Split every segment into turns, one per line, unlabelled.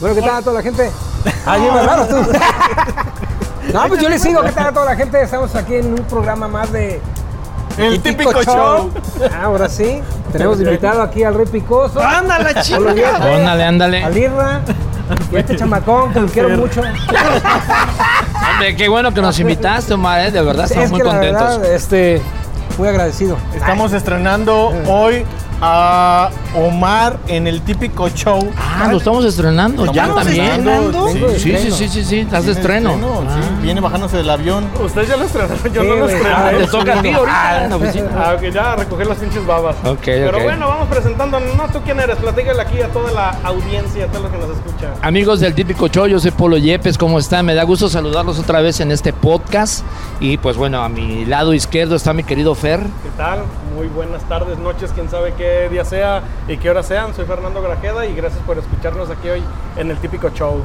Bueno, ¿qué tal a toda la gente? Allí más raro tú. No, pues yo les sigo, ¿qué tal a toda la gente? Estamos aquí en un programa más de
El típico, show.
Ah, Ahora sí, tenemos invitado aquí al Rey Picoso,
¡Anda la
Hola,
chica!
bien.
Ándale, ándale.
al Irra y a este chamacón que lo quiero mucho.
Hombre, qué bueno que nos invitaste, Omar, ¿eh? De verdad, estamos
Es
muy
que la
contentos.
verdad, este, muy agradecido.
Estamos estrenando hoy a Omar en el típico show.
Ah, lo estamos estrenando ya
¿Estamos
también.
estrenando?
Sí,
Vengo de
Sí, sí,
estreno.
sí, sí, sí, estás de estreno.
estreno, sí. Viene bajándose del avión.
Ustedes ya lo estrenaron, yo
Sí,
no lo
güey.
Ah,
estrené.
te toca a ti ahorita en la oficina.
Ah, ok, ya, a recoger las pinches babas.
Ok,
Pero
ok.
bueno, vamos presentando. No, ¿tú quién eres? Platícale aquí a toda la audiencia, a todos los que nos escuchan.
Ah. Amigos del típico show, yo soy Polo Yepes, ¿cómo están? Me da gusto saludarlos otra vez en este podcast. Y pues bueno, a mi lado izquierdo está mi querido Fer.
¿Qué tal? Muy buenas tardes, noches, quién sabe qué día sea y qué hora sean. Soy Fernando Grajeda y gracias por escucharnos aquí hoy en el típico show.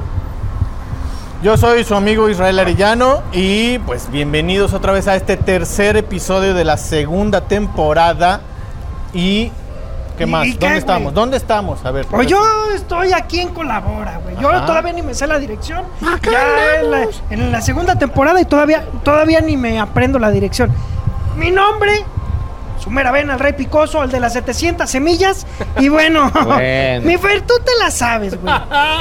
Yo soy su amigo Israel Arellano y pues bienvenidos otra vez a este tercer episodio de la segunda temporada. Y ¿qué
¿Y
más?
qué,
¿Dónde
güey?
estamos? ¿Dónde estamos? A ver.
Pues yo estoy aquí en Colabora, güey. Yo
Ajá.
todavía ni me sé la dirección. ya en la, en la segunda temporada y todavía, todavía ni me aprendo la dirección. Mi nombre, Sumera Ben, el rey picoso, el de las 700 semillas. Y bueno,
Bueno.
mi Fer, tú te la sabes, güey.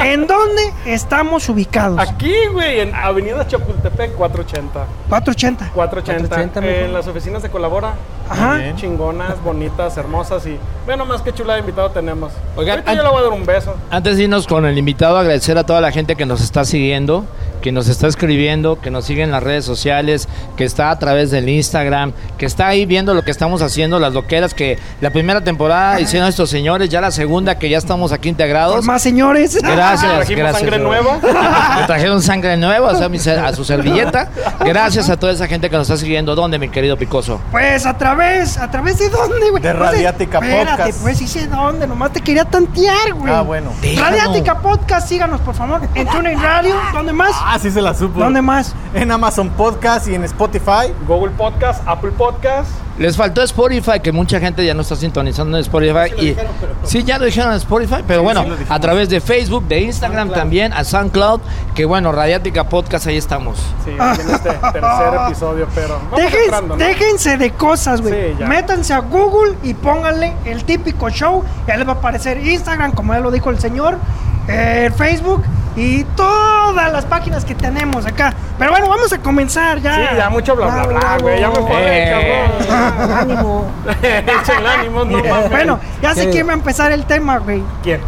¿En dónde estamos ubicados?
Aquí, güey, en Avenida Chapultepec 480.
480.
480.
480, mijo.
en las oficinas de Colabora.
Ajá.
Bien.
Chingonas, bonitas, hermosas y bueno, más que chula de invitado tenemos.
Oigan,
Ahorita
an-
yo le voy a dar un beso.
Antes de irnos con el invitado, agradecer a toda la gente que nos está siguiendo, que nos está escribiendo, que nos sigue en las redes sociales, que está a través del Instagram, que está ahí viendo lo que estamos haciendo, las loqueras que la primera temporada hicieron estos señores, ya la segunda que ya estamos aquí integrados.
Por más señores.
Gracias,
Trajimos
gracias.
sangre
bro.
nueva.
Me trajeron sangre nueva, o sea, mi ser- a su servilleta. Gracias a toda esa gente que nos está siguiendo. ¿Dónde, mi querido Picoso?
Pues a través, a través de dónde, güey.
De
No sé,
Radiática
espérate,
Podcast.
pues hice dónde, nomás te quería tantear, güey.
Ah, bueno.
Radiática Podcast, síganos, por favor. En TuneIn Radio, ¿dónde más?
Ah, sí se la supo.
¿Dónde más?
En Amazon Podcast y en Spotify.
Google Podcast, Apple Podcast.
Les faltó Spotify, que mucha gente ya no está sintonizando en Spotify. y, sí, ya lo dijeron en Spotify, pero bueno,
sí lo dijimos.
a través de Facebook, de Instagram también, a SoundCloud, que bueno, Radiática Podcast, ahí estamos.
Sí, en este tercer episodio, pero vamos
Dejen-
entrando, ¿no?
Déjense de cosas, güey.
Sí, ya.
Métanse a Google y pónganle el típico show. Ya les va a aparecer Instagram, como ya lo dijo el señor, eh, Facebook y todas las páginas que tenemos acá. Pero bueno, vamos a comenzar ya.
Sí, ya mucho bla bla bla, güey. Ya me pone,
Eh.
cabrón.
Ánimo.
Échenle ánimos, no mames.
Bueno, ya sé
Sí.
quién va a empezar el tema, güey.
¿quién?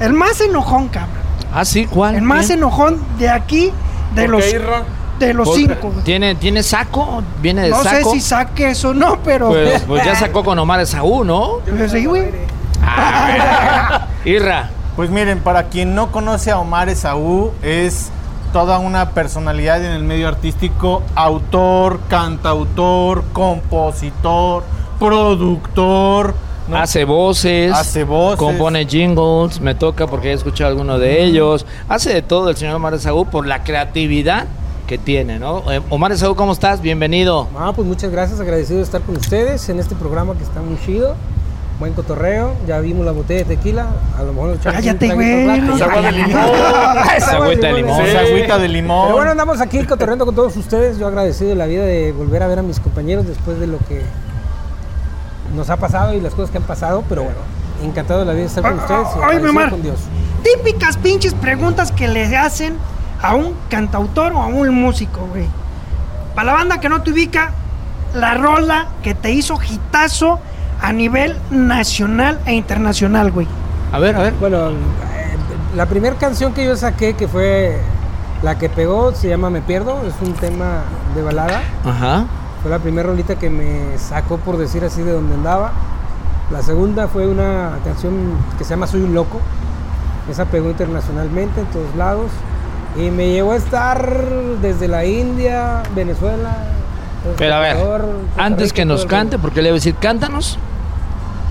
El más enojón, cabrón.
Ah, sí, ¿cuál?
El más
Bien.
enojón de aquí, de
¿Por
los,
qué, Irra?
de los
Por-
cinco. güey.
¿Tiene, ¿Tiene saco? ¿Viene de
No sé
saco?
si saque eso o no, pero.
pues, pues ya sacó con Omar Esaú, ¿no?
Pues sí, güey.
Irra.
Pues miren, para quien no conoce a Omar Esaú, es toda una personalidad en el medio artístico, autor, cantautor, compositor, productor. ¿no?
Hace voces,
Hace voces. Mm.
compone jingles, me toca porque he escuchado alguno de ellos. Hace de todo el señor Omar Esaú por la creatividad que tiene, ¿no? Eh, Omar Esaú, ¿cómo estás? Bienvenido.
Ah, pues muchas gracias, agradecido de estar con ustedes en este programa que está muy chido. Buen cotorreo, ya vimos la botella de tequila, a lo mejor lo echamos
Cállate,
un
güey,
traguito al rato.
no,
Esa agua de
cállate.
limón. Esa
Agüita de
O
limón.
sea,
Sí.
agüita de limón.
Pero bueno, andamos aquí cotorreando con todos ustedes. Yo agradecido de la vida de volver a ver a mis compañeros después de lo que nos ha pasado y las cosas que han pasado. Pero bueno, encantado de la vida de estar con
Ah,
ustedes. y
ah, ay, mi
agradecido
Omar.
con Dios.
Típicas pinches preguntas que le hacen a un cantautor o a un músico, güey. Para la banda que no te ubica, la rola que te hizo hitazo a nivel nacional e internacional, güey.
A ver, a ver.
Bueno, eh, la primera canción que yo saqué, que fue la que pegó, se llama Me Pierdo. Es un tema de balada.
Ajá.
Fue la primera rolita que me sacó, por decir así, de donde andaba. La segunda fue una canción que se llama Soy un loco. Esa pegó internacionalmente en todos lados. Y me llevó a estar desde la India, Venezuela. El
Pero a ver,
Salvador, Costa
antes
Rica,
que
todo
nos
el mundo.
cante, porque le voy a decir, cántanos.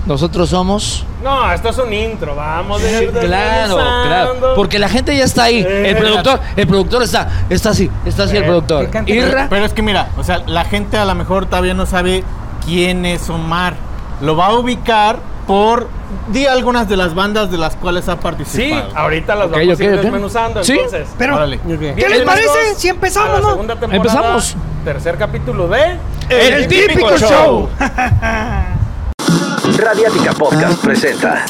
Nosotros somos.
No, esto es un intro, vamos. de ir
Claro,
desmenuzando.
claro. Porque la gente ya está ahí. El
Eh.
productor, el productor está, está así, está así el
Eh,
productor.
que cante.
Irra.
Pero es que mira, o sea, la gente a lo mejor todavía no sabe quién es Omar. Lo va a ubicar por. Di algunas de las bandas de las cuales ha
Sí,
participado.
ahorita las
Ok,
vamos
ok,
a ir
ok.
desmenuzando.
Sí.
Entonces,
Pero,
Órale.
Ok.
¿Qué les
Bienvenidos
parece si empezamos,
a la
no?
segunda temporada,
Empezamos.
Tercer capítulo de.
El, típico, show.
Radiática Podcast presenta.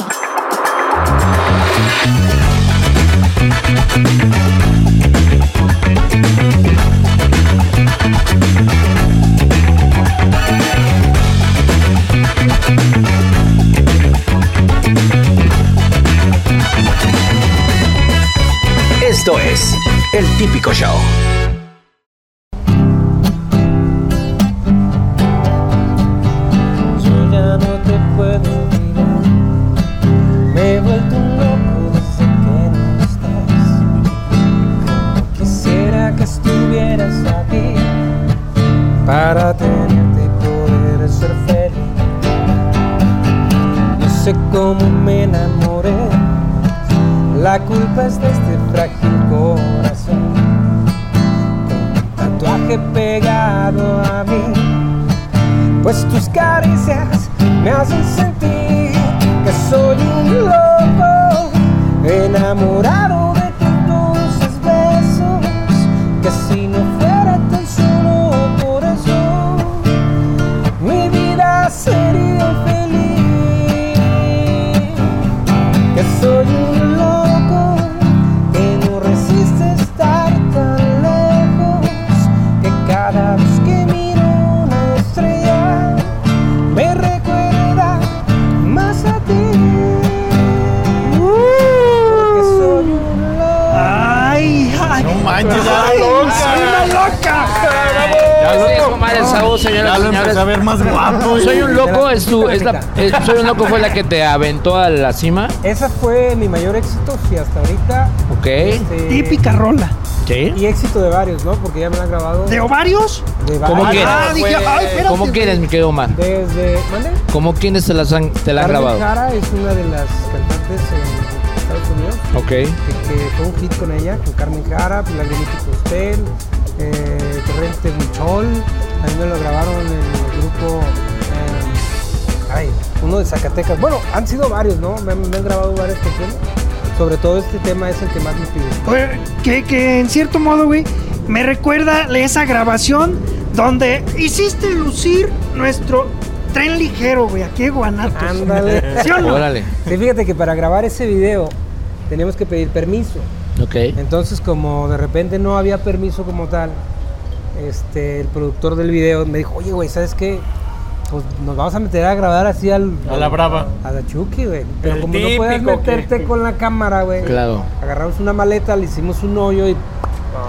Esto es El Típico Show.
Yo ya no te puedo mirar. Me he vuelto un loco desde que no estás. Quisiera que estuvieras aquí para tenerte y poder ser feliz. No sé cómo me enamoré. La culpa es de este frágil corazón. Con un tatuaje pegado a mí pues tus caricias me hacen sentir que soy un loco enamorado de tus dulces besos, que si no fuera tan solo por eso, mi vida sería feliz, que soy un loco que no resiste estar tan lejos, que cada vez que miro una estrella me recuerda más a ti. Porque soy un loco.
Ay, ay.
No manches, ya
Ay,
loca.
soy una loca.
Ya lo-
loco.
comadre Saúl, señoras
Ya
y
lo
señores.
empecé a ver más guapo.
Soy un loco, es tu- es la-
Perfecta.
es- soy un loco fue la que te aventó a la cima.
Esa fue mi mayor éxito, si hasta ahorita.
Ok.
este,
Típica rola.
Y
Sí.
éxito de varios, ¿no? Porque ya me la han grabado.
¿De ovarios?
de varios.
¿Cómo quieres?
Ah, dije, ay, espérate.
¿Cómo quieres, mi querido Omar?
Desde. ¿Mande?
¿Cómo quienes te las han, te la han
Carmen
grabado?
Jara es una de las cantantes en Estados Unidos.
Ok.
Que, que fue un hit con ella, con Carmen Jara, Lagrimita Costel, eh, Torrente Muchol. A mí me lo grabaron en el grupo. eh, ay, uno de Zacatecas. Bueno, han sido varios, ¿no? Me, han- me han grabado varias canciones. Sobre todo este tema es el que más me piden.
Oye, Que, que en cierto modo, güey, me recuerda a esa grabación donde hiciste lucir nuestro tren ligero, güey, aquí en Guanatos.
Ándale.
¿Sí o no?
Órale.
Sí, fíjate que para grabar ese video teníamos que pedir permiso.
Ok.
Entonces, como de repente no había permiso como tal, este, el productor del video me dijo, oye, güey, ¿sabes qué? Pues nos vamos a meter a grabar así al...
A la brava.
A la Chucky, güey. Pero
El
como no puedes
típico que-
meterte con la cámara, güey.
Claro.
Agarramos una maleta, le hicimos un hoyo y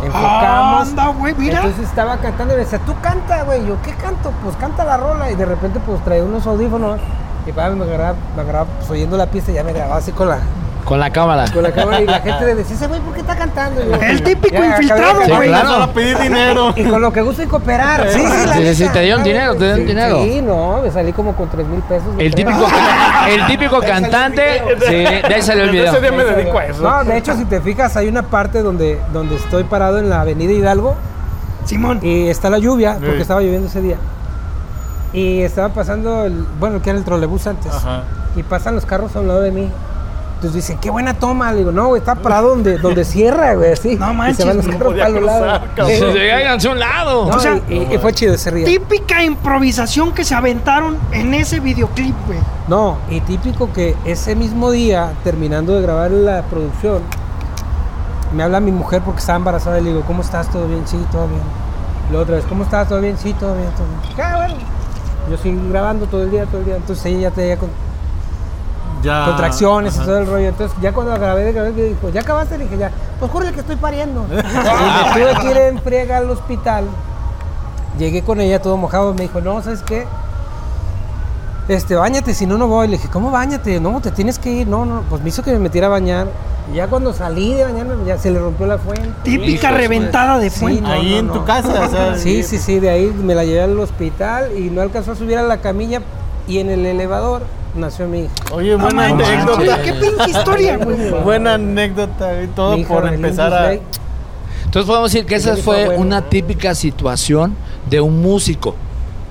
enfocamos.
Ah, Anda, güey, mira.
Entonces estaba cantando y me decía, tú canta, güey. Yo, ¿qué canto? Pues canta la rola. Y de repente, pues traía unos audífonos. Y para me agarraba, me agarraba, pues, oyendo la pista y ya me grababa así con la,
Con la cámara.
con la cámara. Y la gente le decía, ese güey, ¿por qué está cantando? Y yo,
El típico
"Ya,
infiltrado,
cabrón,
Sí,
güey.
claro.
Solo pedí dinero.
Y con lo que gusta y cooperar. Sí, sí, la
Sí, sí,
neta.
te dieron dinero, te dieron
Sí,
dinero.
Sí, no, me salí como con 3 mil pesos. yo
El
creo.
típico, el típico cantante. Sí, de ahí salió el
Desde
video.
ese día me dedico a eso.
No, de hecho, si te fijas, hay una parte donde, donde estoy parado en la avenida Hidalgo.
Simón.
Y está la lluvia, porque
Sí.
estaba lloviendo ese día. Y estaba pasando, el, bueno, que era el trolebús antes.
Ajá.
Y pasan los carros a un lado de mí. Entonces dicen, qué buena toma. Le digo, no, güey, está parado donde, donde cierra, güey, así.
No
Y
manches,
se van los
no
carros
podía
para los
cruzar,
lados.
cabrón.
Sí.
Sí, háganse a un lado.
No,
O sea,
y, y- y fue chido ese día.
Típica improvisación que se aventaron en ese videoclip, güey.
No, y típico que ese mismo día, terminando de grabar la producción, me habla mi mujer porque estaba embarazada y le digo, ¿cómo estás? ¿Todo bien? Sí, todo bien. La otra vez, ¿cómo estás? ¿Todo bien? Sí, todo bien, todo bien. Ah, bueno. Yo sigo grabando todo el día, todo el día. Entonces ella ya tenía con-
Ya.
contracciones
Ah, Ajá.
y todo el rollo. Entonces ya cuando la grabé, la grabé, me dijo, ¿ya acabaste? Le dije, ya. Pues júrale que estoy pariendo. y me tuve que ir en friega al hospital. Llegué con ella todo mojado. Me dijo, no, ¿sabes qué? Este, bañate, si no, no voy. Le dije, ¿cómo bañate? No, te tienes que ir. No, no. Pues me hizo que me metiera a bañar. Y ya cuando salí de bañarme, ya se le rompió la fuente.
Típica reventada de fuente.
no,
Ahí
no,
en
no.
tu casa. o sea,
Sí, sí, sí, de ahí me la llevé al hospital y no alcanzó a subir a la camilla y en el elevador nació mi hija.
Oye,
Ah, No
buena
manches,
anécdota.
güey, qué pinche historia, güey.
Buena anécdota y todo
Mi hija
por
Belén
empezar a.
Disley.
Entonces podemos decir que esa
Sí,
fue
fue bueno.
una típica situación de un músico.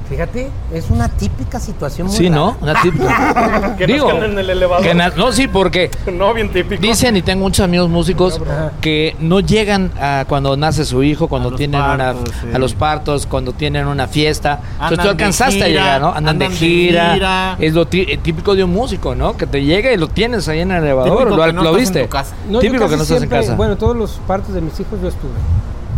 Fíjate, es una típica situación muy
Sí,
rara.
¿no? Una típica.
Que
Digo,
nos quedan en el elevador.
que na- no, sí, porque
No, bien típico.
dicen, y tengo muchos amigos músicos,
Ajá.
que no llegan a cuando nace su hijo, cuando
los
tienen
partos,
una,
sí.
a los partos, cuando tienen una fiesta. Entonces
Andan
tú
de
alcanzaste
gira,
a llegar, ¿no? Andan, de
andan de
gira.
gira.
Es lo tí- eh, típico de un músico, ¿no? Que te llega y lo tienes ahí en el elevador,
Típico
lo,
que no estás
lo
en
viste.
tu casa.
No, yo
típico
casi
que no estás
siempre-
en casa.
Bueno, todos los partos de mis hijos yo estuve.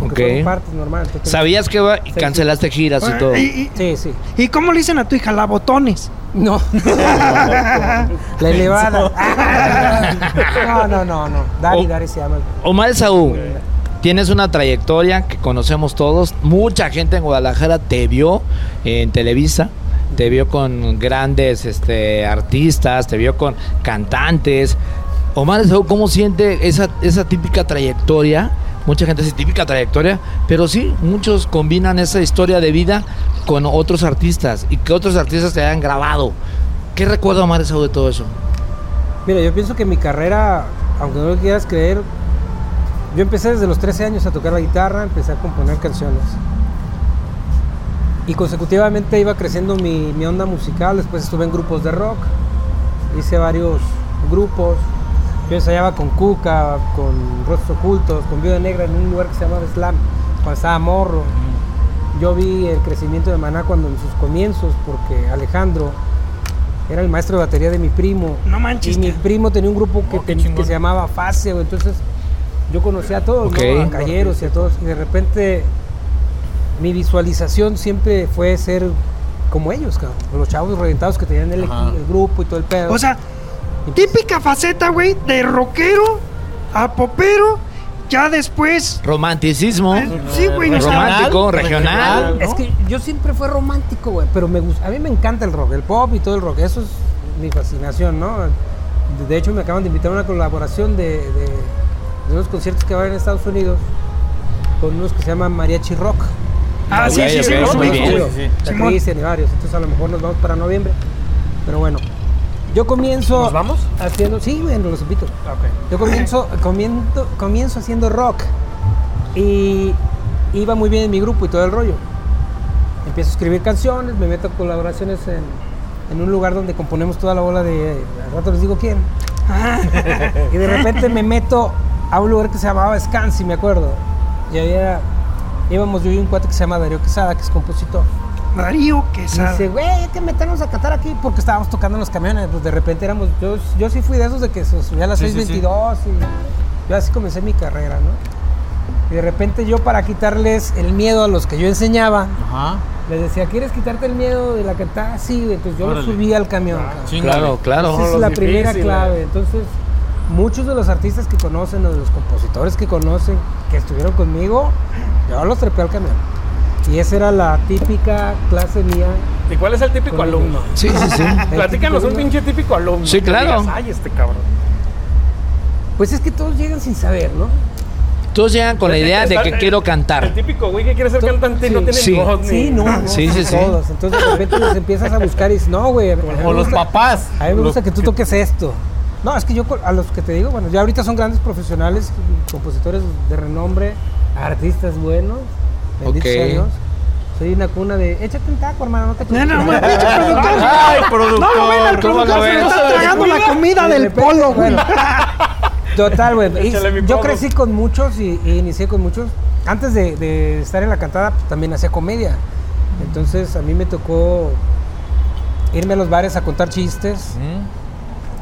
Porque
Ok.
fueron partos normales. entonces-
Sabías que iba y cancelaste giras y todo.
Ah, Y, y-
Sí, sí.
¿Y cómo le dicen a tu hija? La botones.
No. La elevada. No, no, no, no. Dari,
Oh.
Dari se llama.
Omar Saúl, tienes una trayectoria que conocemos todos. Mucha gente en Guadalajara te vio eh, en Televisa, te vio con grandes este, artistas, te vio con cantantes. Omar Saúl, ¿cómo siente esa, esa típica trayectoria? Mucha gente dice típica trayectoria, pero sí, muchos combinan esa historia de vida con otros artistas y que otros artistas te hayan grabado. ¿Qué recuerda Omar Saúl de todo eso?
Mira, yo pienso que mi carrera, aunque no lo quieras creer, yo empecé desde los 13 años a tocar la guitarra, empecé a componer canciones. Y consecutivamente iba creciendo mi, mi onda musical, después estuve en grupos de rock, hice varios grupos, yo ensayaba con Cuca, con Rostros Ocultos, con Viuda Negra en un lugar que se llamaba Slam, cuando estaba morro. Yo vi el crecimiento de Maná cuando en sus comienzos, porque Alejandro era el maestro de batería de mi primo.
No manches,
Y mi
ca-
primo tenía un grupo que,
Oh, qué
ten- que
chingón.
se llamaba Fase, güey, entonces yo conocía a todos, ¿no?
Ok.
a Calleros y a todos. Y de repente mi visualización siempre fue ser como ellos, cabrón, los chavos reventados que tenían el,
Ajá.
equi- el grupo y todo el pedo. pues,
O sea, típica faceta, güey, de rockero a popero. Ya después. ¿eh?
Romanticismo.
Sí, güey. o sea,
Romántico, regional.
Es que yo siempre fue romántico, güey, pero me gusta, a mí me encanta el rock, el pop y todo el rock, eso es mi fascinación, ¿no? De- De hecho, me acaban de invitar a una colaboración de, de, de unos conciertos que va a haber en Estados Unidos con unos que se llaman Mariachi Rock.
Ah, sí,
Ok,
sí, sí.
ok,
los
muy
ubico,
bien.
güey.
Sí, sí,
La
Simón.
Cristian y varios, entonces a lo mejor nos vamos para noviembre, pero bueno, yo comienzo...
¿Nos vamos?
Haciendo, sí, güey, los invito.
Ah,
Yo comienzo, comienzo, comienzo haciendo rock y iba muy bien en mi grupo y todo el rollo. Empiezo a escribir canciones, me meto a colaboraciones en, en un lugar donde componemos toda la bola de... Al rato les digo quién. y de repente me meto a un lugar que se llamaba Scansi, me acuerdo. Y había... Íbamos yo y un cuate que se llama Darío Quesada, que es compositor.
Darío
Y
Quesada.
Dice, güey, hay que meternos a cantar aquí porque estábamos tocando en los camiones. Pues de repente éramos, yo, yo sí fui de esos de que se subía a las
Sí, sí,
6.22 y yo así comencé mi carrera, ¿no? Y de repente yo para quitarles el miedo a los que yo enseñaba,
Ajá.
les decía, ¿quieres quitarte el miedo de la cantada? Sí, güey. entonces yo
Órale. Ah,
los subí al camión. cabrón.
Chíngale.
Claro, claro.
Esa es
los
la
difíciles.
primera clave. Entonces, muchos de los artistas que conocen o de los compositores que conocen, que estuvieron conmigo, yo los trepé al camión. Y esa era la típica clase mía.
¿Y cuál es el típico
Con ellos.
alumno?
Sí, sí, sí.
Platícanos un pinche típico alumno.
Sí,
Que
claro.
digas, Ay, este cabrón.
Pues es que todos llegan sin saber, ¿no?
Todos llegan con la idea de que
Está-
quiero
El
cantar.
típico güey que quiere ser cantante y no
Sí.
tiene
Sí.
voz ni-
Sí, no, no,
Sí, sí, sí.
todos. Entonces de repente los empiezas a buscar y dices, no, güey. a mí me
O los
gusta-
papás.
A mí me
Los-
gusta que tú toques esto. No, es que yo col- a los que te digo, bueno, ya ahorita son grandes profesionales, compositores de renombre, artistas buenos, benditos
Ok.
sea Dios. Soy una cuna de, échate un taco, hermano, no te
No, no, güey,
preocupes".
pinche productor.
ah,
Ay,
No, güey, el
productor. ¿cómo
productor
lo
se le
ves?
está tragando la comida
Y de
del
repente,
polo, güey.
bueno, Total, güey. y
Échale mi
Yo
polo.
crecí con muchos y, y inicié con muchos. Antes de, de estar en la cantada, pues, también hacía comedia. Entonces a mí me tocó irme a los bares a contar chistes.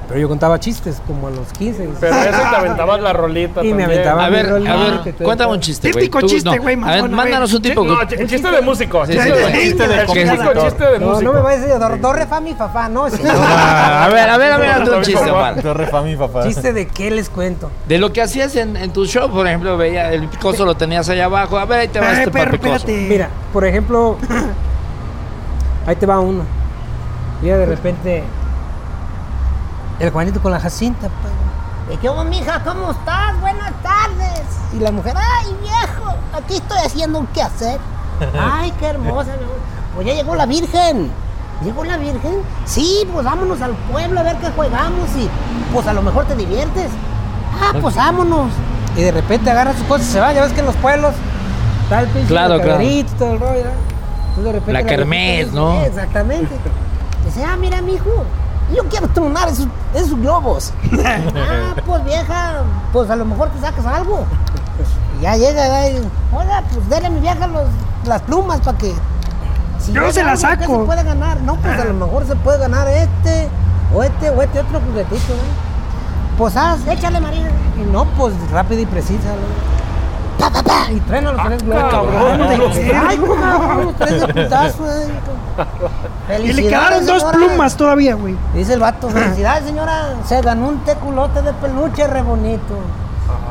Pero yo contaba chistes como a los 15.
Pero eso te aventabas la rolita.
Y me
también.
aventaba.
Ah,
A ver,
mi rolita,
a
que
ver,
te-
cuéntame un chiste, güey.
Típico
Tú,
chiste,
no.
güey,
A ver,
mamón, a
mándanos
ver.
un tipo.
No, ch- chiste de músico.
Sí,
Chiste
sí, sí.
de chiste de
Chiste de
Típico
compositor.
chiste de
no, no
músico.
me vayas a decir "Do- do, re, fa, mi, fa, fa", No, ese no.
Ah, a ver, a ver, a ver, hazte un chiste, Omar.
Torre fa mi papá.
Chiste de qué les cuento.
De lo que hacías en, en tu show, por ejemplo, veía el picoso lo tenías allá abajo. A ver, ahí te va
Ay,
este
pero
para picoso.
espérate.
Mira, por ejemplo, ahí te va uno. Y de repente, el Juanito con la Jacinta. pues.
Eh,
¿Qué onda, mija? ¿Cómo estás?
Buenas tardes.
Y la mujer,
Ay, viejo, aquí estoy haciendo un quehacer. Ay, qué hermosa. mi amor. Pues ya llegó la Virgen. ¿Llegó la Virgen? Sí, pues vámonos al pueblo a ver qué juegamos y pues a lo mejor te diviertes. Ah, pues vámonos.
y de repente agarra sus cosas y se va. Ya ves que en los pueblos está el pinche
Claro, claro.
mercaderito y todo el rollo. ¿no?
Entonces, de repente,
La
viejita
kermés,
dice,
¿no?
"Eh, Exactamente. Dice, ah, mira, mijo, yo quiero tronar esos, esos globos. ah, pues vieja, pues a lo mejor te sacas algo. Y ya llega, ¿verdad? y dice, oiga, pues dale a mi vieja los- las plumas para que. si
Yo
hay
se las
algo que
saco.
Se puede ganar, no, pues a lo mejor se puede ganar este, o este, o este otro juguetito, ¿eh? Pues haz, échale, María. Y no, pues rápido y precisa, ¿no? Pa, pa, pa, Y truena
Ah,
los tres globos.
cabrón.
Ay, Ay, cabrón, los tres de putazo, eh.
Y le
Felicidades,
quedaron dos
señora.
plumas todavía, güey.
Dice el vato, felicidades señora, se ganó un teculote de peluche re bonito.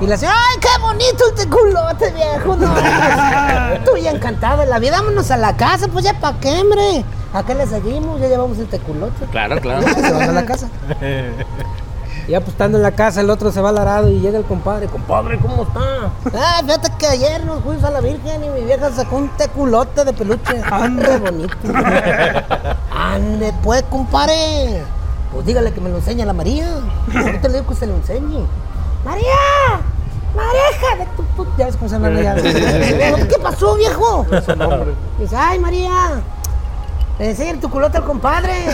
Y le dice, ay, qué bonito el teculote, viejo. No, tú ya encantada de la vida, vámonos a la casa, pues ya pa' qué, hombre. ¿A qué le seguimos? Ya llevamos el teculote.
Claro, claro.
Ya se van a la casa.
Y ya pues estando en la casa, el otro se va al arado y llega el compadre. Compadre, ¿cómo está?
Ah, fíjate que ayer nos fuimos a la Virgen y mi vieja sacó un teculote de peluche. Ande bonito. Ande, pues, compadre. Pues dígale que me lo enseñe a la María. Ahorita le digo que se lo enseñe. ¡María! ¡Mareja! De tu puta. Ya ves cómo se llama la llave. ¿Qué pasó, viejo? Dice, ay, María. Le enseña el teculote al compadre.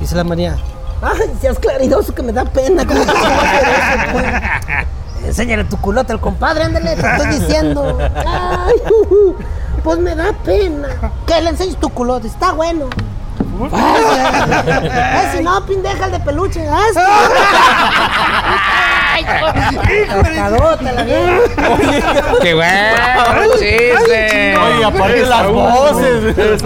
Dice la María.
Ay, seas claridoso que me da pena. ¿Cómo te vas a hacer eso, pues? Enséñale tu culote al compadre, ándale, te estoy diciendo. Ay, ujú, pues me da pena. Que le enseñes tu culote, está bueno. Ay, ay, ay, si no, pendeja el de peluche. Ay, sí. Rascadota la vieja.
¡Qué bueno! chiste!
Oye, aparte las voces.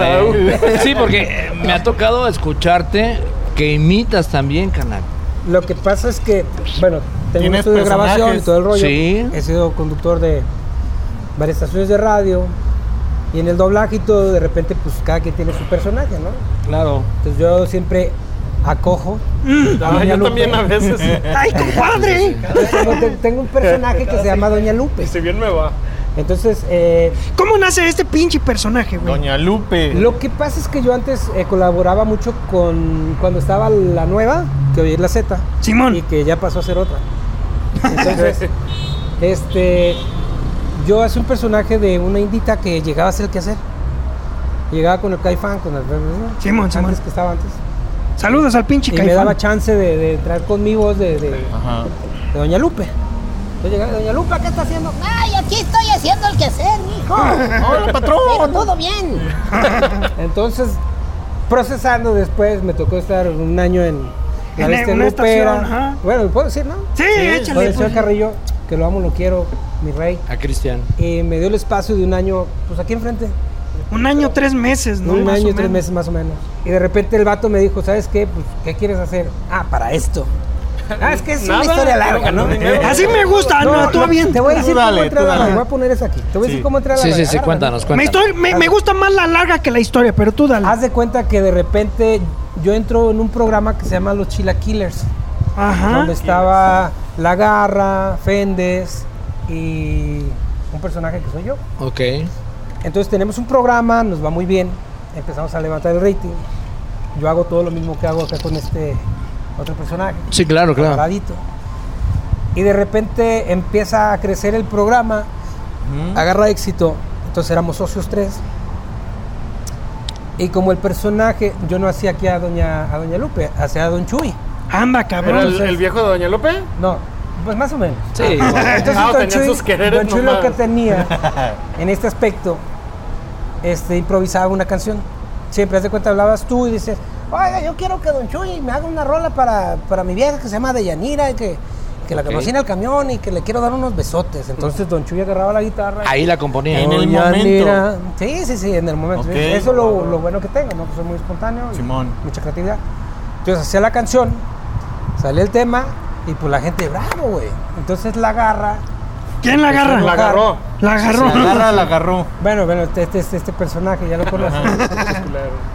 Sí, porque me ha tocado escucharte que imitas también, canal.
Lo que pasa es que, bueno, tengo un
Tienes
estudio de grabación y
personajes.
todo el rollo.
Sí.
He sido conductor de varias estaciones de radio y en el doblaje y todo, de repente, pues cada quien tiene su personaje, ¿no?
Claro.
Entonces yo siempre acojo.
Ah,
Doña
yo
Lupe.
también a veces.
¡Ay, compadre!
Tengo, te- tengo un personaje que se llama Doña Lupe.
Si bien me va.
Entonces, eh,
¿Cómo nace este pinche personaje, güey?
Doña Lupe.
lo que pasa es que yo antes eh, colaboraba mucho con cuando estaba la nueva, que hoy es la Z, y
Simón.
que ya pasó a ser otra. Entonces, este, yo hacía un personaje de una indita que llegaba a hacer el quehacer. Llegaba con el caifán, con el...
Simón,
antes
Simón.
que estaba antes.
Saludos al pinche
Y me daba
caifán.
chance de, de entrar con mi voz de, de- de
Ajá.
Doña Lupe. Yo llegaba, Doña Lupe, ¿qué está haciendo?
Ay, aquí estoy haciendo el quehacer, mijo.
Hola,
Pero
patrón.
todo bien.
Entonces, procesando después, me tocó estar un año en la
En
Bestia
una
Lupera.
estación, ajá.
Bueno, ¿puedo decir, no?
Sí,
Con
échale.
el señor
pues.
Carrillo, que lo amo, lo quiero, mi rey.
A Cristian.
Eh, me dio el espacio de un año, pues aquí enfrente.
Un año, tres meses, ¿no?
un
Más
año
o
y tres
menos.
meses más o menos. Y de repente el vato me dijo, ¿sabes qué? Pues, ¿qué quieres hacer? Ah, para esto. Ah, es que es
Nada,
una historia larga,
pero
¿no?
ganó dinero.
Así me gusta, no,
No,
todo
no,
bien.
Te voy a decir
Tú dale,
cómo entra
tú
la
dale.
larga. Voy a poner esa aquí. Te voy a
Sí.
decir cómo entra la
Sí, sí,
larga.
sí,
Agárrala.
cuéntanos,
Me,
cuéntanos.
estoy- me- me gusta más la larga que la historia, pero tú dale.
Haz de cuenta que de repente yo entro en un programa que se llama Los Chilaquilers.
Ajá.
donde estaba La Garra, Fendes y un personaje que soy yo.
Ok.
Entonces tenemos un programa, nos va muy bien, empezamos a levantar el rating. Yo hago todo lo mismo que hago acá con este otro personaje,
Sí, claro, claro.
paradito. Y de repente empieza a crecer el programa, agarra éxito, entonces éramos socios tres. Y como el personaje, yo no hacía aquí a Doña, a Doña Lupe, hacía a Don Chuy.
Anda,
¿Era
cabrón.
el, el viejo de Doña Lupe?
No, pues más o menos.
Sí.
Entonces,
Ah,
Don
tenía
Chuy,
sus quereres
Don Chuy lo
nomás.
que tenía en este aspecto, este, improvisaba una canción. Siempre, haz de cuenta, hablabas tú y dices,
Oiga, yo quiero que Don Chuy me haga una rola para, para mi vieja que se llama Deyanira y que, que la
Ok.
conocí en el camión y que le quiero dar unos besotes. Entonces,
entonces Don Chuy agarraba la guitarra.
Ahí la componía.
En el
Doña
momento.
Nira. Sí, sí, sí, en el momento.
Ok.
Eso es lo, lo bueno que tengo, ¿no? Que soy muy espontáneo. y
Simón.
Mucha creatividad. Entonces hacía la canción, sale el tema y pues la gente, bravo, güey. Entonces la agarra.
¿Quién la agarra?
La agarró.
La
La
agarró.
agarra, la agarró.
Bueno, bueno, este, este, este personaje ya lo conoces.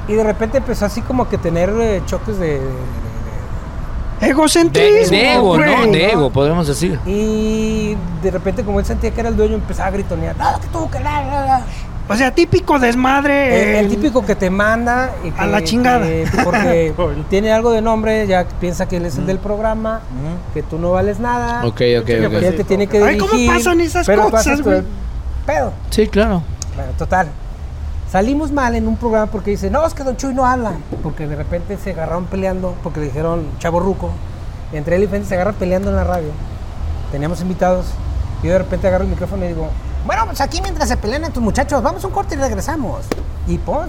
Y de repente empezó así como que tener eh, choques de, de- de-
De,
Egocentrismo.
de ego,
güey.
¿no? De ego, podemos decir.
de- Y de repente, como él sentía que era el dueño, empezaba a gritonear. "Ah, que tú, que la, la, la".
O sea, típico
Eh, El,
desmadre.
el
el-
típico que te manda. y
Em, A
que-
la chingada.
que porque tiene algo de nombre, ya piensa que él
Mm.
es el del programa, que tú no vales nada.
Ok, ok,
que él
ok.
te tiene que
Ay,
dirigir.
¿cómo pasan esas
pero
cosas,
pasas tu
güey?
Pedo.
Sí, claro.
Bueno, total. Salimos mal en un programa porque dicen, no, es que Don Chuy no habla. Porque de repente se agarraron peleando, porque le dijeron chavo ruco. Entre él y Fende se agarran peleando en la radio. Teníamos invitados. Y yo de repente agarro el micrófono y digo, bueno, pues aquí mientras se pelean estos muchachos, vamos a un corte y regresamos. Y pues,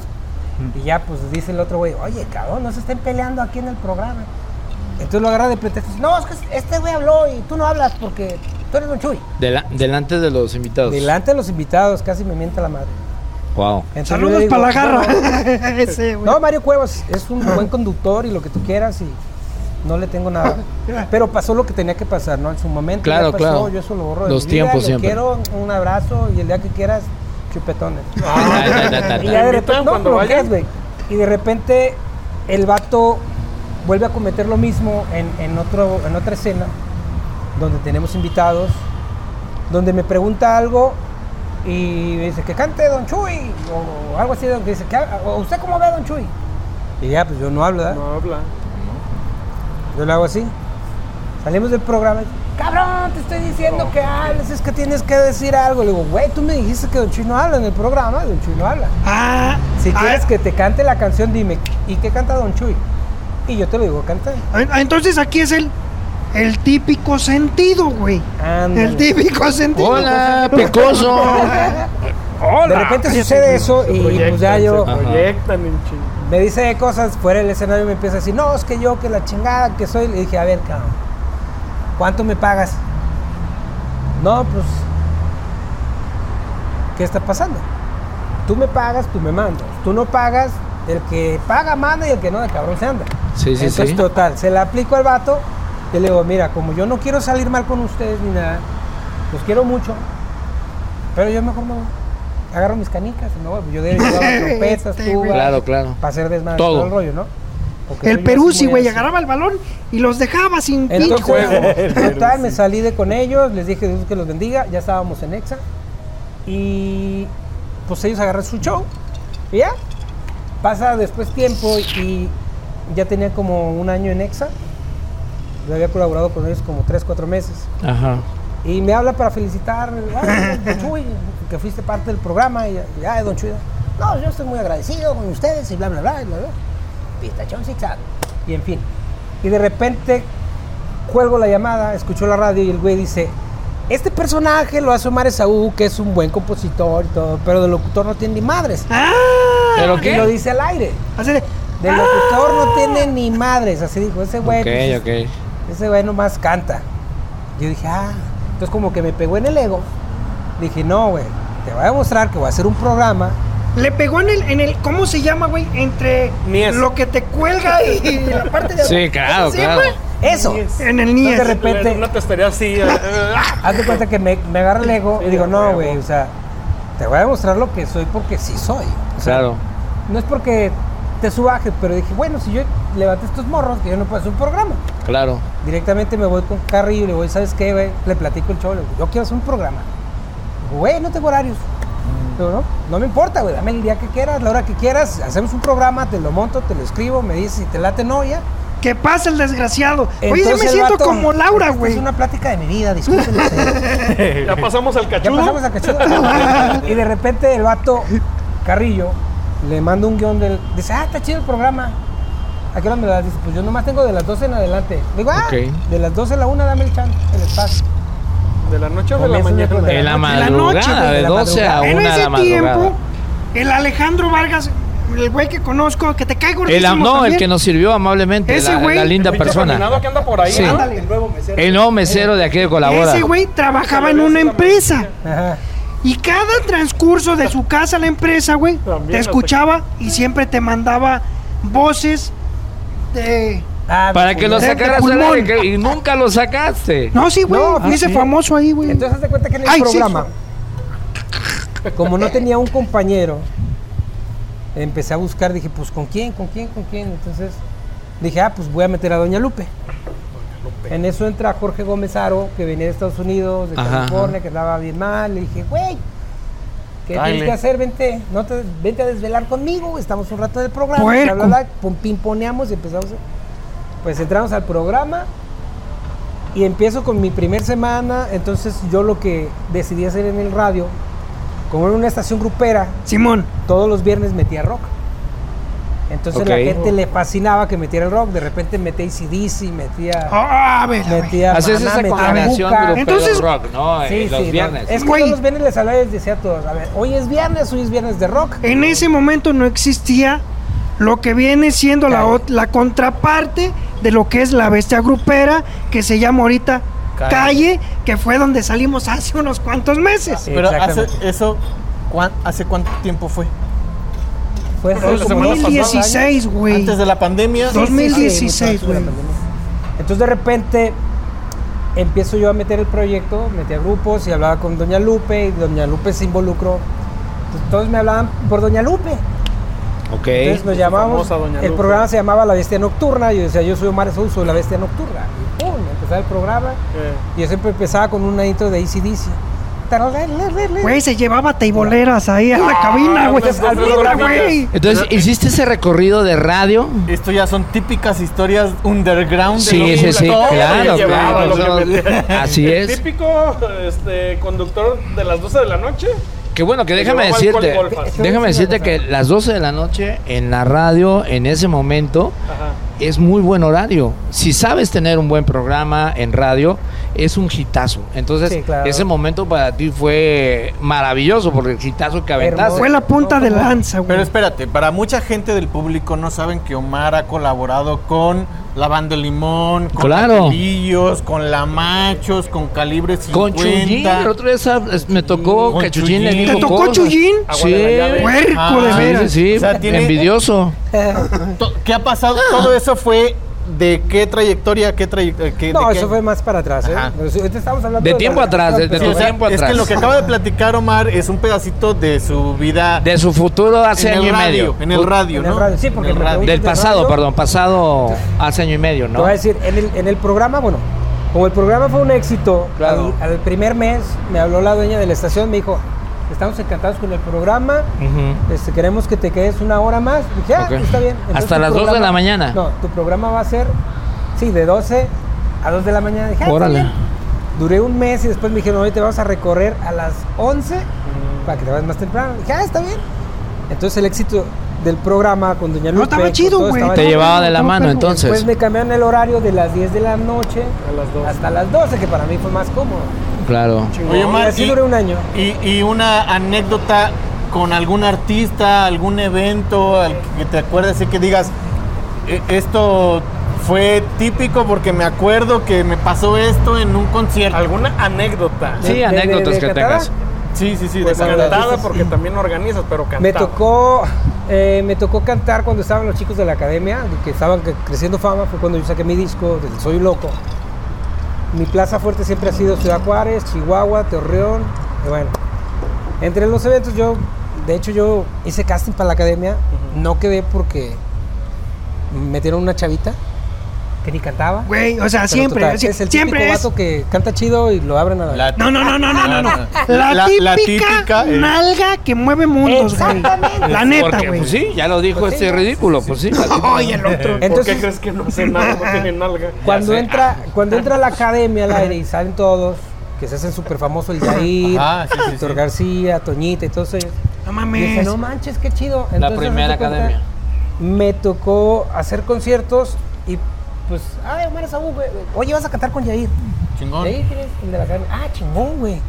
y ya pues dice el otro güey, oye, cabrón, no se estén peleando aquí en el programa. Entonces lo agarra de pretexto. No, es que este güey habló y tú no hablas porque tú eres Don Chuy.
Dela- delante de los invitados.
Delante de los invitados, casi me mienta la madre.
Wow.
Entonces, yo
Saludos
digo,
para la
"Bueno,
garra. Ese, güey.
No, Mario Cuevas es un buen conductor y lo que tú quieras y no le tengo nada. Pero pasó lo que tenía que pasar, ¿no? En su momento. ya
Claro,
pasó,
claro.
Yo eso lo borro de
Los
mi vida,
tiempos
lo
siempre.
Quiero un abrazo y el día que quieras, chupetones.
Ah.
Ta, ta, ta, ta,
Y ya de
ta.
invitan
repente, no,
cuando
pero ¿qué
vayan?
es, güey? Y de repente el vato vuelve a cometer lo mismo en, en otro, en otra escena donde tenemos invitados, donde me pregunta algo y me dice que cante Don Chuy o algo así, donde dice, que ha- o, ¿usted cómo ve a Don Chuy? Y ya, pues yo no hablo, ¿verdad?
No habla.
Yo le hago así. Salimos del programa. y, Cabrón, te estoy diciendo que hables, es que tienes que decir algo. Le digo, güey, tú me dijiste que Don Chuy no habla en el programa, Don Chuy no habla.
Ah,
Si
ah,
quieres que te cante la canción, dime, ¿y qué canta Don Chuy? Y yo te lo digo, canta.
ah, Entonces aquí es el, el típico sentido, güey.
Ándale.
El típico sentido.
Hola, picoso.
De repente sucede eso y pues ya yo
se
Ajá.
proyectan en ching.
me dice cosas fuera del escenario y me empieza a decir, no, es que yo, que la chingada que soy. Le dije, a ver, cabrón, ¿cuánto me pagas? No, pues, ¿qué está pasando? Tú me pagas, tú me mandas. Tú no pagas, el que paga manda y el que no, el cabrón se anda.
Sí, sí,
Entonces,
sí.
total, se la aplico al vato y le digo, mira, como yo no quiero salir mal con ustedes ni nada, los quiero mucho, pero yo mejor me voy. Agarro mis canicas, y me voy. pues Yo debo llevar trompetas,
Este
tubas,
güey.
Claro, claro.
para hacer desmadre,
Todo.
todo, el rollo, ¿no? Porque
El
yo
Perú,
soy
sí,
muy
güey,
así.
agarraba el balón y los dejaba sin pinche juego.
Pues. Entonces, eh, total, me salí de con ellos, les dije Dios que los bendiga, ya estábamos en Exa. Y pues ellos agarran su show. Y ya. Pasa después tiempo y ya tenía como un año en Exa. Yo había colaborado con ellos como 3, 4 meses.
Ajá.
Y me habla para felicitar, "Ay, Don Chuy, que fuiste parte del programa. Y ya, "Ay, Don Chuy. No, yo estoy muy agradecido con ustedes y bla, bla, bla. Y, bla, bla. Pistachón zigzag. Y en fin. Y de repente cuelgo la llamada, escucho la radio y el güey dice: Este personaje lo hace Omar Esaú, que es un buen compositor y todo, pero de locutor no tiene ni madres.
Ah,
¿Pero
Y lo
qué?
dice al aire.
así de,
De locutor no tiene ni madres, así dijo ese güey. pues,
Ok, ok.
ese güey nomás canta. Yo dije, ah, entonces como que me pegó en el ego. Dije, no, güey, te voy a demostrar que voy a hacer un programa.
Le pegó en el, en el, ¿cómo se llama, güey? Entre
Niés.
lo que te cuelga y la parte de...
Sí, claro,
Sí,
claro.
güey.
Eso.
En
Entonces,
el
de
niés.
repente,
Una testería así. eh,
haz de cuenta que me, me agarra el ego y digo, no, güey, o sea, te voy a demostrar lo que soy porque sí soy. O sea,
Claro.
No es porque te subajes, pero dije, bueno, si yo levanté estos morros, que yo no puedo hacer un programa.
Claro.
Directamente me voy con Carrillo y le voy, ¿sabes qué, güey? Le platico el show, le digo, yo quiero hacer un programa. Digo, Güey, no tengo horarios.
Mm.
Digo, no, no me importa, güey, dame el día que quieras, la hora que quieras, hacemos un programa, te lo monto, te lo escribo, me dices si te late no, ya.
Que pasa el desgraciado. Oye, yo
Entonces,
me
el
siento
vato-
como Laura,
Esta
güey.
Es una plática de mi vida, discúlpenme. ustedes.
eh, Ya pasamos al
ya
cachudo.
pasamos a cachudo. y de repente el vato, Carrillo, le manda un guión del, dice, ah, está chido el programa. ¿A qué hora me lo das? Dice, pues yo nomás tengo de las 12 en adelante. Digo, ah,
Ok.
de las 12 a la 1 dame el chance, el espacio.
¿De la noche o de la
Comienzo de
mañana?
la-
En la
noche, güey,
madrugada,
de
de
la
12 a 1
En
de la
ese tiempo,
madrugada.
el Alejandro Vargas, el güey que conozco, que te cae
El,
gordísimo
am- no, el
también.
que nos sirvió amablemente,
Ese
la,
güey,
la linda
El bicho caminado
persona.
que anda por ahí.
Sí.
¿no?
Ándale.
El nuevo mesero de aquí que colabora.
Ese güey trabajaba en una empresa.
Ajá.
Y cada transcurso de su casa a la empresa, güey,
También
te
lo
escuchaba y siempre te mandaba voces de...
Ah,
Para que lo
De- de
sacaras al
pulmón.
aire, que- y nunca lo sacaste.
No, ah, sí, güey,
No,
me hice famoso ahí, güey.
Entonces haz de cuenta que en el
Ay, sí.
programa, como no tenía un compañero, empecé a buscar, dije, pues con quién, con quién, con quién. Entonces dije, ah, pues voy a meter a Doña Lupe. En eso entra Jorge Gómez Aro, que venía de Estados Unidos, de
Ajá,
California,
ajá.
que andaba bien mal. Le dije, güey, ¿qué
Dale.
tienes que hacer? Vente, no te, vente a desvelar conmigo, estamos un rato del programa.
Puerco.
Bla, bla, bla, pum, pimponeamos y empezamos. a- Pues entramos al programa y empiezo con mi primer semana, entonces yo lo que decidí hacer en el radio como era una estación grupera,
Simón.
todos los viernes metía rock. Entonces
Ok.
la gente le fascinaba que metiera el rock. De repente metía ACDC, metía.
Ah, a ver, a ver.
metía
Haces
Maná,
esa
metía
combinación
Buca.
grupero
Entonces-
rock, ¿no? Eh,
Sí,
los
sí, no.
viernes.
Es que
Güey.
todos los viernes les hablaba y les decía a todos: a ver, hoy es viernes, hoy es viernes de rock.
En ese momento no existía lo que viene siendo la, ot- la contraparte de lo que es la bestia grupera, que se llama ahorita
Calle.
Calle, que fue donde salimos hace unos cuantos meses.
Sí,
Pero hace
exactamente.
eso, ¿cuán- ¿hace cuánto tiempo fue?
Fue
Pero
hace
la
como
semana
dos, tres años.
2016, güey.
Antes de la pandemia.
Dos mil- 2016,
Sí, mucho antes de la
güey.
pandemia. Entonces de repente empiezo yo a meter el proyecto, metí a grupos y hablaba con Doña Lupe y Doña Lupe se involucró. Entonces, todos me hablaban por Doña Lupe.
Ok.
Entonces nos llamamos,
famosa Doña
el
Lupe.
programa se llamaba La Bestia Nocturna, y yo decía, yo soy Omar Soul, soy La Bestia Nocturna. Y pum, empezaba el programa
Eh,
y yo siempre empezaba con una intro de ACDC.
Güey, se llevaba teiboleras ahí a la cabina, güey.
unas
Ahorita,
fotografías.
güey.
Entonces, ¿hiciste ese recorrido de radio?
Esto ya son típicas historias underground. de lo
Sí, sí,
mismo.
sí,
Todo lo que
claro,
llevaba,
claro.
lo que
claro.
nosotros- Así
el
es.
Típico este, conductor de las 12 de la noche.
Que bueno, que
Que
déjame
llevaba
decirte,
alcohol golfas.
déjame decirte que las 12 de la noche en la radio, en ese momento,
Ajá.
es muy buen horario. Si sabes tener un buen programa en radio, es un hitazo. Entonces,
Sí, claro.
ese momento para ti fue maravilloso por el hitazo que aventaste.
Fue la punta de lanza,
Pero
güey.
espérate, para mucha gente del público no saben que Omar ha colaborado con Lavando Limón, con
Claro.
Platillos, con La Machos, con Calibre 50.
Con Chuyín, el otro día sab- es- me tocó
Con
que Chuyín le
Chuyín.
dijo
¿Te tocó
cosas.
Chuyín?
Agua
Sí.
de la llave.
Puerco
Ah,
de
sí,
Sí,
veras.
sí, sí,
O sea, tiene-
envidioso.
Eh,
To- ¿Qué ha pasado? Todo eso fue de qué trayectoria, qué trayectoria.
No, eso fue más para atrás. ¿eh?
Ajá.
Pero si- ahorita estamos hablando
De
la
tiempo atrás,
organización,
de- de
pero-
los tiempo
es
atrás.
que lo que acaba de platicar Omar es un pedacito de su vida
De su futuro hace
en
año
el
y medio.
radio, en el radio,
En el
¿no?
radio, sí, porque
En el
me
radio.
pregunté-
Del pasado,
radio. Pues,
perdón, pasado hace año y medio,
Te
¿no?
voy a decir, en el, en el programa, bueno, como el programa fue un éxito,
Claro.
al, al primer mes me habló la dueña de la estación, me dijo, estamos encantados con el programa,
Ujú.
este, queremos que te quedes una hora más. Y dije, "Ah,
Ok.
está bien.
Hasta
tu
las dos de la mañana.
No, tu programa va a ser, sí, de 12 a 2 de la mañana. Dije, "Ah, está
Órale.
bien". Duré un mes y después me dijeron, hoy te vas a recorrer a las 11 para que te vayas más temprano. Dije, ah, está bien. Entonces el éxito del programa con Doña Lupe.
No, estaba
con
chido,
todo
güey.
estaba
Te
chido.
llevaba de la
No,
mano,
pero
Después
entonces.
me cambiaron el horario de las 10 de la noche
A las 12.
hasta las 12, que para mí fue más cómodo.
Claro.
Oye,
Y
Omar,
así
y,
duré un año.
y- y una anécdota con algún artista, algún evento al que te acuerdes y que digas, "E- esto fue típico porque me acuerdo que me pasó esto en un concierto.
¿Alguna anécdota?
Sí,
de-
anécdotas
de
que
cantada.
tengas.
Sí, sí, sí, de
Pues
cantar.
cantada, porque también organizas, pero cantada.
Me tocó, eh, me tocó cantar cuando estaban los chicos de la academia, que estaban cre- creciendo fama, fue cuando yo saqué mi disco del Soy Loco. Mi plaza fuerte siempre ha sido Ciudad Juárez, Chihuahua, Torreón, y bueno. Entre los eventos yo, de hecho yo hice casting para la academia, no quedé porque metieron una chavita que ni cantaba.
Güey, o sea,
Pero
siempre,
total,
si-
es el
siempre
típico
es.
vato que canta chido y lo abren a la...
La-
No, no, no, no, no, no, no.
Ah,
La,
La-
típica,
la típica, eh.
nalga que mueve mundos, güey. La neta,
Porque,
güey.
pues sí, ya lo dijo
Pues sí,
este
no,
ridículo, pues sí. la tipa-
Oye, el otro.
¿Por
Entonces,
qué crees que no sé nada? No tiene nalga.
cuando
sé. Ah.
entra, cuando entra la academia al aire y salen todos, que se hacen súper famosos el Jair,
Ajá, sí, sí,
Víctor
sí.
García, Toñita y todos ellos.
No
Y dije,
mames.
no manches, qué chido.
La
Entonces,
primera
haz de cuenta,
academia.
Me tocó hacer conciertos y pues, ay, Omar Saúl, güey, oye, vas a cantar con Jair.
Chingón.
Jair, ¿quién es el de la academia? Ah, chingón, güey.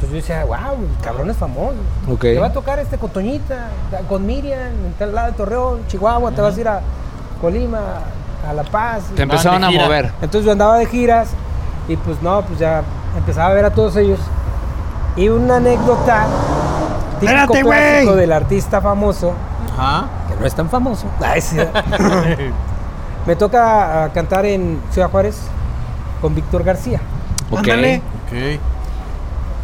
Entonces yo decía, wow, el cabrón es famoso.
Ok.
Te va a tocar este con Toñita, con Miriam, en tal lado de Torreón, Chihuahua, te vas a ir a Colima, a La Paz.
Te empezaron
de
a
gira.
mover.
Entonces yo andaba de giras y pues no, pues ya empezaba a ver a todos ellos. Y una anécdota típico
Espérate, güey.
clásico del artista famoso,
Ajá.
que no es tan famoso. Ay, sí. Me toca ah, cantar en Ciudad Juárez con Víctor García.
Ok.
Ándale.
Ok.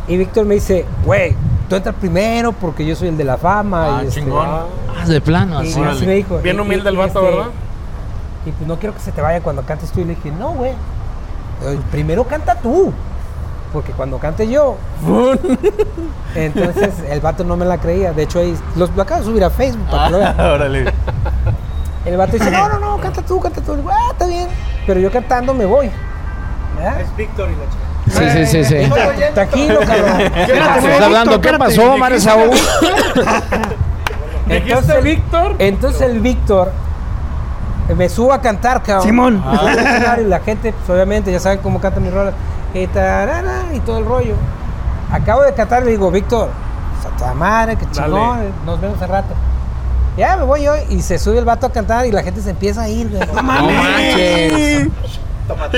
Y Víctor me dice, güey, tú entras primero porque yo soy el de la fama.
Ah,
y este,
chingón.
Ah, de plano,
Y
así.
así me dijo.
Bien
y-
humilde
y-
el
y
vato,
este,
¿verdad?
Y pues no quiero que se te vaya cuando cantes tú. Y le dije, no, güey. eh, Primero canta tú. Porque cuando cante yo. Entonces el vato no me la creía. De hecho, ahí los lo acabo de subir a Facebook para que lo vean.
Ah, órale.
El vato dice, no, no, no, canta tú, canta tú. Le digo, ah, está bien. Pero yo cantando me voy. ¿verdad?
Víctor y la chica.
Sí, sí, sí, sí.
Tranquilo, cabrón.
Estás hablando, ¿qué pasó, Omar Esaú?
Entonces, Víctor. Entonces el Víctor me subo a cantar, cabrón.
Simón.
Ah, voy a cantar y la gente, pues, obviamente, ya saben cómo canta mi rola. Y, tarara, y todo el rollo. Acabo de cantar y le digo, Víctor, santa madre, que chingón, eh,
Dale.
nos vemos al rato. Ya me voy yo y se sube el vato a cantar y la gente se empieza a ir, güey.
No manches.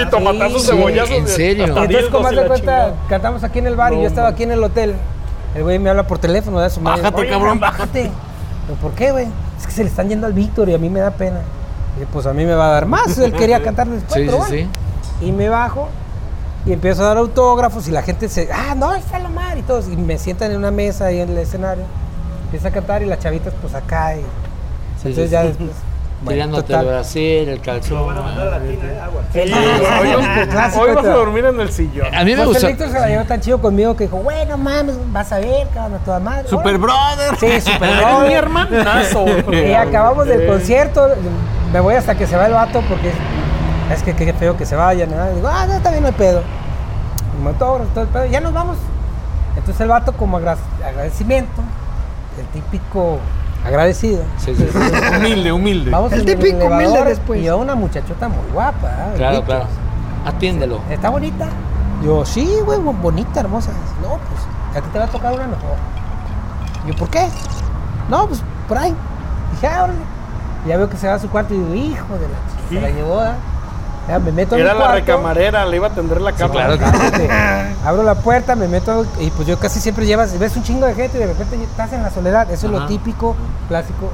Y tomatazos,
Sí,
cebollazos.
en
de-
serio.
hasta
Entonces,
riesgos
como
y
haz de
la
cuenta,
chingada.
cantamos aquí en el bar y yo estaba aquí en el hotel. El güey me habla por teléfono, da su madre.
Bájate,
Oye,
cabrón,
bájate. Pero, ¿Por qué, güey? Es que se le están yendo al Víctor y a mí me da pena. Y, pues a mí me va a dar más. Él quería cantar después.
Sí, sí,
pero bueno.
sí.
Y me bajo y empiezo a dar autógrafos y la gente se. Ah, no, ahí está la madre y todos. Y me sientan en una mesa ahí en el escenario. Empieza a cantar y las chavitas, pues acá. Y, entonces
sí,
ya
sí.
después.
Tirándote el Brasil, el calzón.
El,
Hoy
el
vamos-
clásico,
Hoy vamos a
todo.
dormir en el sillón.
A mí me
Pues
gusta.
el Víctor se la llevó tan chido conmigo que dijo, bueno, mames, vas a ver, cabrón, a toda madre.
Super
Órale".
brother.
Sí, super brother.
mi hermanazo.
Y acabamos del
Sí.
concierto, me voy hasta que se va el vato porque es, es que qué feo que se vaya, ¿no? Digo, ah, no, está bien, no hay pedo. Un autógrafo, todo el pedo, ya nos vamos. Entonces el vato como agra- agradecimiento, el típico agradecido.
Sí, sí, sí.
Humilde, humilde.
Vamos
El
en
típico humilde
elevador
después.
Y a una muchachota muy guapa. ¿eh?
Claro,
Víctor.
claro. Atiéndelo.
¿Está bonita? Yo, sí, güey, bo- bonita, hermosa. No, pues, a ti te va a tocar una mejor. Yo, ¿por qué? No, pues, por ahí. Dije, ah, órale. Ya veo que se va a su cuarto y digo, hijo de la ch- Se la llevó, ¿ah? Ya me meto en
Era
mi
la
cuarto.
recamarera, le iba a tender la cama.
claro.
Cállate. Abro la puerta, me meto y pues yo casi siempre llevas, ves un chingo de gente y de repente estás en la soledad. Eso es lo
Ajá.
típico, clásico.